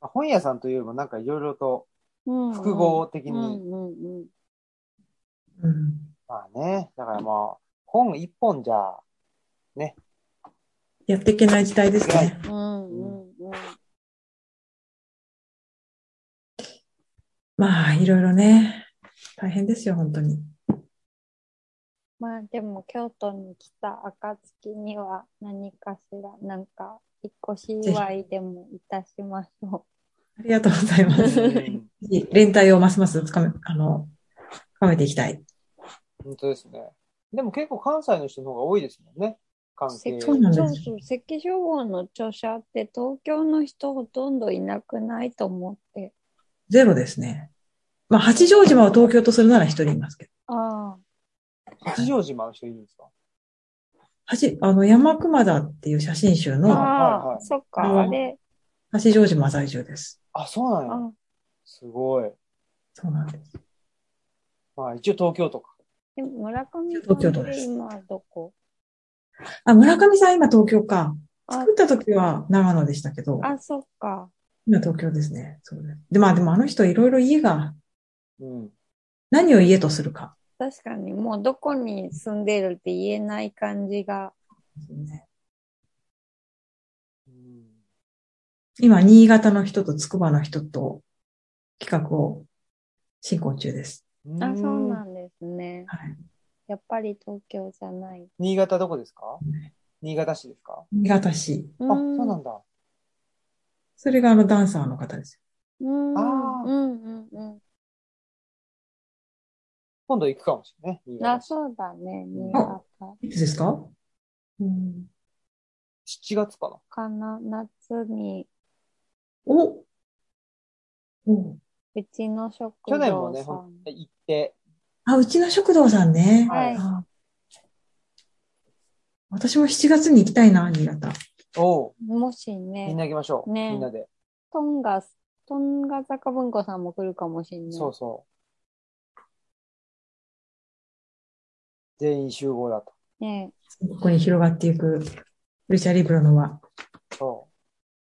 まあ本屋さんというよりもなんかいろいろと、
うんうん
複合的に
うんうんうん。
うん。
まあね、だからまあ、本一本じゃ、
やっていけない時代ですね。
うんうんうん。
まあ、いろいろね、大変ですよ、本当に。
まあでも京都に来た暁には何かしらなんか引っ越し祝いでもいたしましょ
ありがとうございます。
うん
連帯をますますつかめ、あの、深めていきたい。
本当ですね。でも結構関西の人の方が多いですもんね。関
う。
係。
そうなんです
そ
よ
うそう、石器書房の著者って東京の人ほとんどいなくないと思って。
ゼロですね。まあ、八丈島を東京とするなら一人いますけど。
ああ、
八丈島の人いるんですか
八、あの、山熊田っていう写真集の
ああ、
はいはい
そっか、
うん
あれ、
八丈島在住です。
あ、そうなんや。
あ
すごい。
そうなんです。
まあ一応東京とか。
でも村上さん
東京都
っ
で
て
す
今どこ
あ、村上さん今東京か。
あ
作った時は長野でしたけど、
あ、そっか。
今東京ですね。そうです。で、まあでもあの人いろいろ家が、
うん。
何を家とするか。
確かにもうどこに住んでるって言えない感じが。
ね
うん
今、新潟の人と筑波の人と企画を進行中です。
あ、そうな
うん
んですね。
はい。
やっぱり東京じゃない。
新潟どこですか新潟市ですか
新潟市。
あ、
あ
そうなんだ。
それがあのダンサーの方です。
うん
あー
うんうん
今度行くかもしれないね。新
うん。あ、
潟市
そうだね。新潟
いつですかうん。
7月かな。
かな。夏に、
おお
うちの食
去年も
堂
ね、
さ
ほ
ん
ん。行って、
あ、うちの食堂さんね。
はい
あ私も7月に行きたいな、新潟。
おう、
もし
み
ね
ん、な行きましょう。
ね
みんなで。
トンガ、トンガ坂文庫さんも来るかもしんない。
そうそう。全員集合だと。
ね
ここに広がっていく、ルチャリブロの輪。
そう。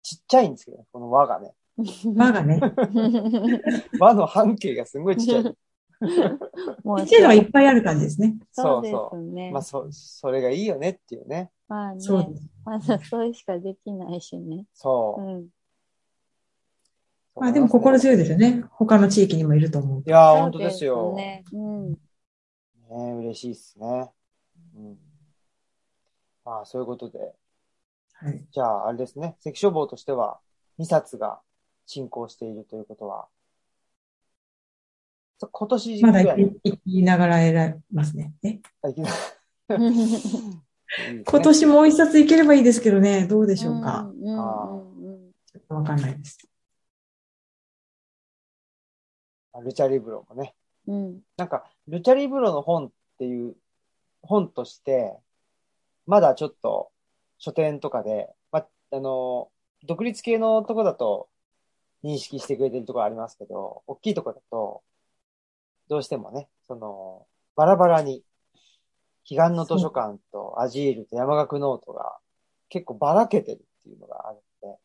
ちっちゃいんですけどね、この輪がね。
輪がね、
輪の半径がすごいちっちゃい。
もう
ちっちゃいのがいっぱいある感じですね。
そ
そうう
で
そ
すね。
まあ、そ、それがいいよねっていうね。
まあね、
そうです。
まだそれしかできないしね。
そうう。
ん。
まあでも心強いですよね。他の地域にもいると思う
い。やー、
そう
本当ですよ。ね
ね。うん。
嬉しいですね。うん。まあ、そういうことで。
はい。
じゃあ、あれですね。関書房としては、2冊が進行しているということは、そ今年
ま
ぐ
だ
らいの、
生きながら選びますね。え
あいけない
今
いいですね
年もう一冊いければいいですけどね、どうでしょうか。
うんうん
あ
うんうん。
ちょっとわかんないです。
ルチャリブロもね。
うん、
なんか、ルチャリブロの本っていう、本として、まだちょっと、書店とかで、ま、あの、独立系のとこだと、認識してくれてるところありますけど、大きいとこだと、どうしてもね、その、バラバラに、彼岸の図書館とアジールと山岳ノートが結構ばらけてるっていうのがあるので、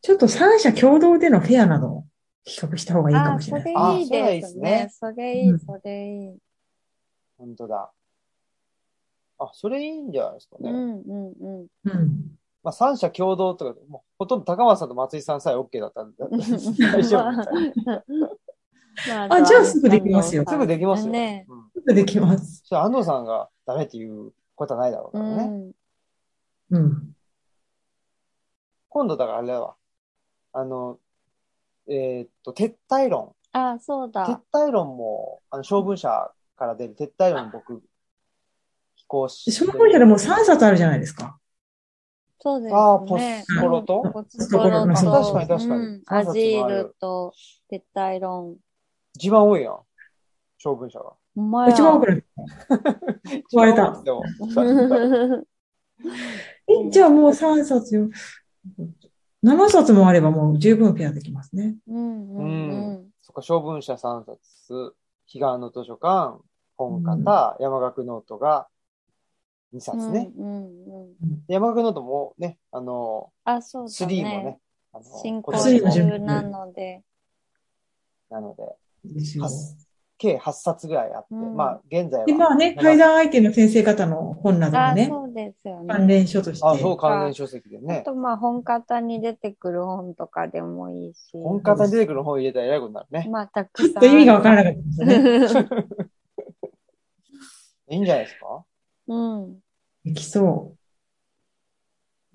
ちょっと三者共同でのフェアなどを企画した方がいいか
あ
もし
そ
れない。
れ
あ
いい
それいい
で
ですす
ね
ね。
それいい、
うん
それいい。
本当だ。あ、それいいんじゃないですか
う
ね。
んうんうん。
うん。
まあ、三者共同とか、 もうほとんど高松さんと松井さんさえ OK だったんで、大丈夫みたいな。
ま
あじゃあすぐできますよ
すぐできますよ。
ね
うん
ちょっとできます。
それ安藤さんがダメっていうことはないだろう
う
からね。
ん。
うん。
今度だからあれだわ。あの、えーっと、撤退論。
あ、そう
撤
だ。
退論も、あの、小文社から出る撤退論僕、寄稿して。
小文社でもう3冊あるじゃないですか。
そうです
ああ、ポ
ね。
スコロと、
ポツコロと、
ポツコロ
確かに確かに
うん
三冊もあ
ア
る
ジールと撤退論。
一番多いやん。小文社が。
ほんまや
一番多くない
一番
割れ
多
た
いですよ。
え、じゃあもう3冊よ。7冊もあればもう十分ペアできますね。
うんうんうん。
そっか、小文社3冊、彼岸の図書館、本方、山岳ノートが2冊ね。
うんうんうん。
山岳ノートもね、あの、
あ、そうだ
3も
ね
ね。、あの
進行
こっちにも
スリーの
中なので。
なので、
ですよ
八計8冊ぐらいあって、
うん
まあ、現在は。
で、まあね、対談相手の先生方の本なども
あ、
ね、
そうですよ
関
ね。
連書として。
あ、そう、関連書籍で
あ
ね。
と、まあ、本型に出てくる本とかでもいいし。
本方に出てくる本入れたら偉いことになるね。
まあ、たく
ちょっ
さん。
と意味がわからなかったですね。
いいんじゃないですか
うん。
できそ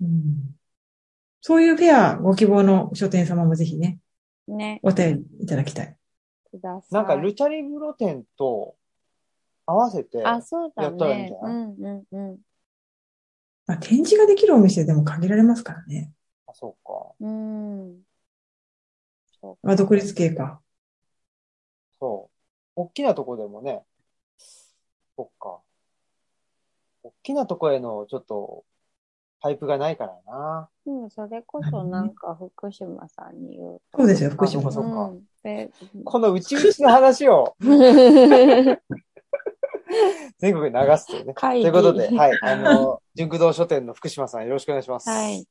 う。うん。そういうペアご希望の書店様もぜひね、
ね、
お便りいただきたい。
ください。
なんか、ルチャリブロ展と合わせて、
あ、そうだ
やったらいいん
ね
じゃ。
う
ない
んうんうん。
まあ、展示ができるお店でも限られますからね。
あ、そうか。
うん。そう
まあ、独立系か。
そう。大きなとこでもね、そっか。大きなとこへのちょっと、パイプがないからな。
でもそれこそなんか福島さんに言うと。
そうですよ、福島
あ
さ
そ
ん。
うか
うん で
このうちうちの話を全国に流すというね。と
会議
いうこと で、はい。あの、純駆動書店の福島さんよろしくお願いします。
はい。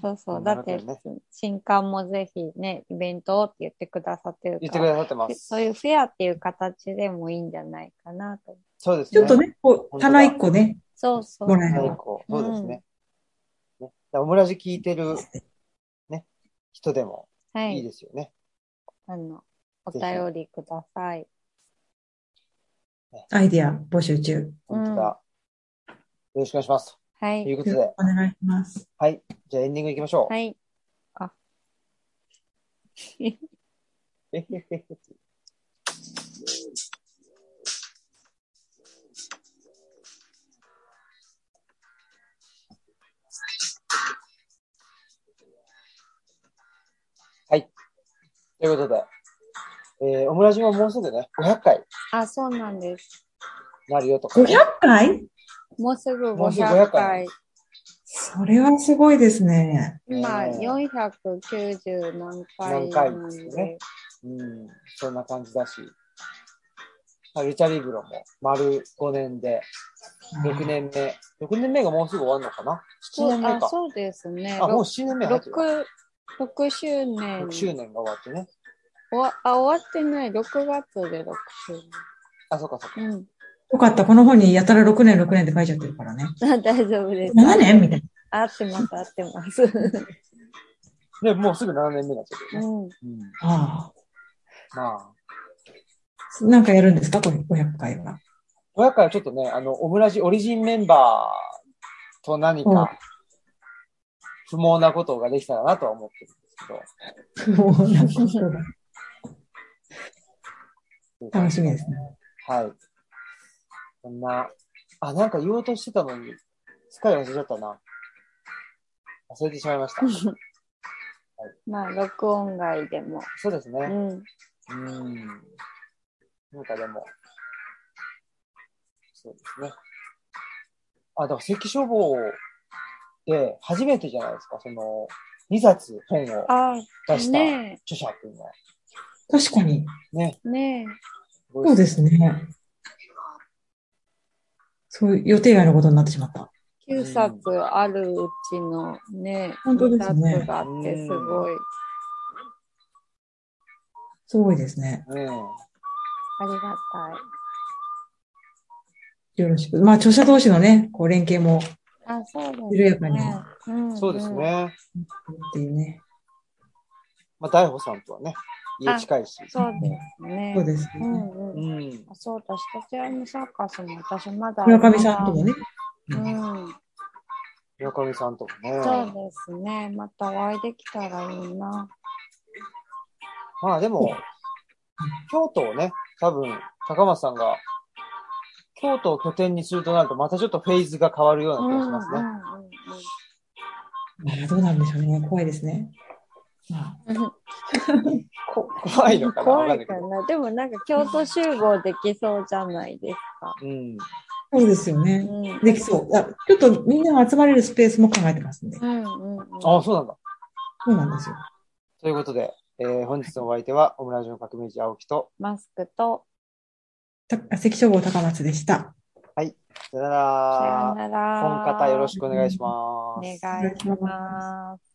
そうそ
こ
う。
ん
だ
な
って
中ね、
新刊もぜひね、イベントをって言ってくださってる
言って
か
く
ら、
ださってます。
そういうフェアっていう形でもいいんじゃないかなと。
そうです
ち
ね。
ょっとね、こう、
本当だ
棚一個ね、
そうそう。
もらえ
最
る
高。そうですね。ねオムラジ聞いてる、ね、人でも
は
い
いい。
ですよね。
あの、お
ぜ
便
ひ
りください。
アイディア募集中。よ
本当だ。よろしくお願いします。
は
と
い
い。うこと
ろしく
で、
お願いします。
はい。じゃあエンディングいきましょう。
はい。あ。
えへへへはい。ということで、えー、オムラジももうすぐね、500回
あ、そうなんです。
なるよとか、
500回
もうすぐ
もうすぐ500回
500回。
それはすごいですね。
今、
ねえ
490何
何
回
回
な
で
ん
す
で。
ねうん、そんな感じだし、まあルチャリブロも丸5年で、6年目、6年目がもうすぐ終わるのかな ?7
そう
年目
あ
か。
そうですね。
あ、もう7年目入ってる。
6, 6周年
6周年が終わってね。
おわあ、終わってない。6月で6周
あ、そうかそうか。
年。うん。
よかった。この本にやたら6年6年って書いちゃってるからね。
あ 大丈夫です。
7年みたい
あ合ってます、合ってます。う
で、もうすぐ7年目になっちゃうよね。
ん。
うん。
な。あ
ま
あ。なんかやるんですかこれ500回 は。
あ、500回はちょっとね、あの、オムラジオリジンメンバーと何
うん
か不毛なことができたらなとは思ってるんですけど。
もうなんかそうだ楽しみですね。
はい。そんな、あ、なんか言おうとしてたのに、すっかり忘れちゃったな。忘れてしまいま した。
まあ、録音外でも。
そうです
う
ね。
ん。
うん。なんかでも、そうですね。あ、だから、関書房で初めてじゃないですか、その、2冊本を
あ、
出した
ね
著者っていうのは。
確かに。
ね。
ね
そうですね。そういう予定外のことになってしまった。
え。9冊あるうちのね、
本当ですね
2冊があって、すごい。
すごいですね。
うん。
ありが
よろしく。まあ、著者同士のね、こう、連携も、
たい。あ、そうですね。
緩やかに
うん
そうです。ね。
っていうね。
まあ、大穂さんとはね、家近いし。
そうですね。
そうです
う
ね。
ん
う
うん。
ん。
あそうだ、スタジアムサーカスも私まだ。
村上さんともね。
うん。
村上さんとかね。
そうですね。またお会いできたらいいな。
まあでも、京都をね、多分、高松さんが、京都を拠点にするとなると、またちょっとフェーズが変わるような気がしますね。
あどうなんでしょうね。怖いですね。まあ
うんうんうん
こ怖いのかなわかんな
怖
いいけ
か
ど。
な。でもなんか京都集合できそうじゃないですか。
うん。
そうですよ
う
ね。
ん。
できそう。あちょっとみんなが集まれるスペースも考えてますんで。
うんうんうん。
ああ、そうなんだ。
そうなんですよ。
ということで、えー本日のお相手は、オムラジの革命児青木と、
マスクと、
た関消防高松でした。
さよな
さ
ら
よ。なら。
この方よろしくお願いします。
お願いします。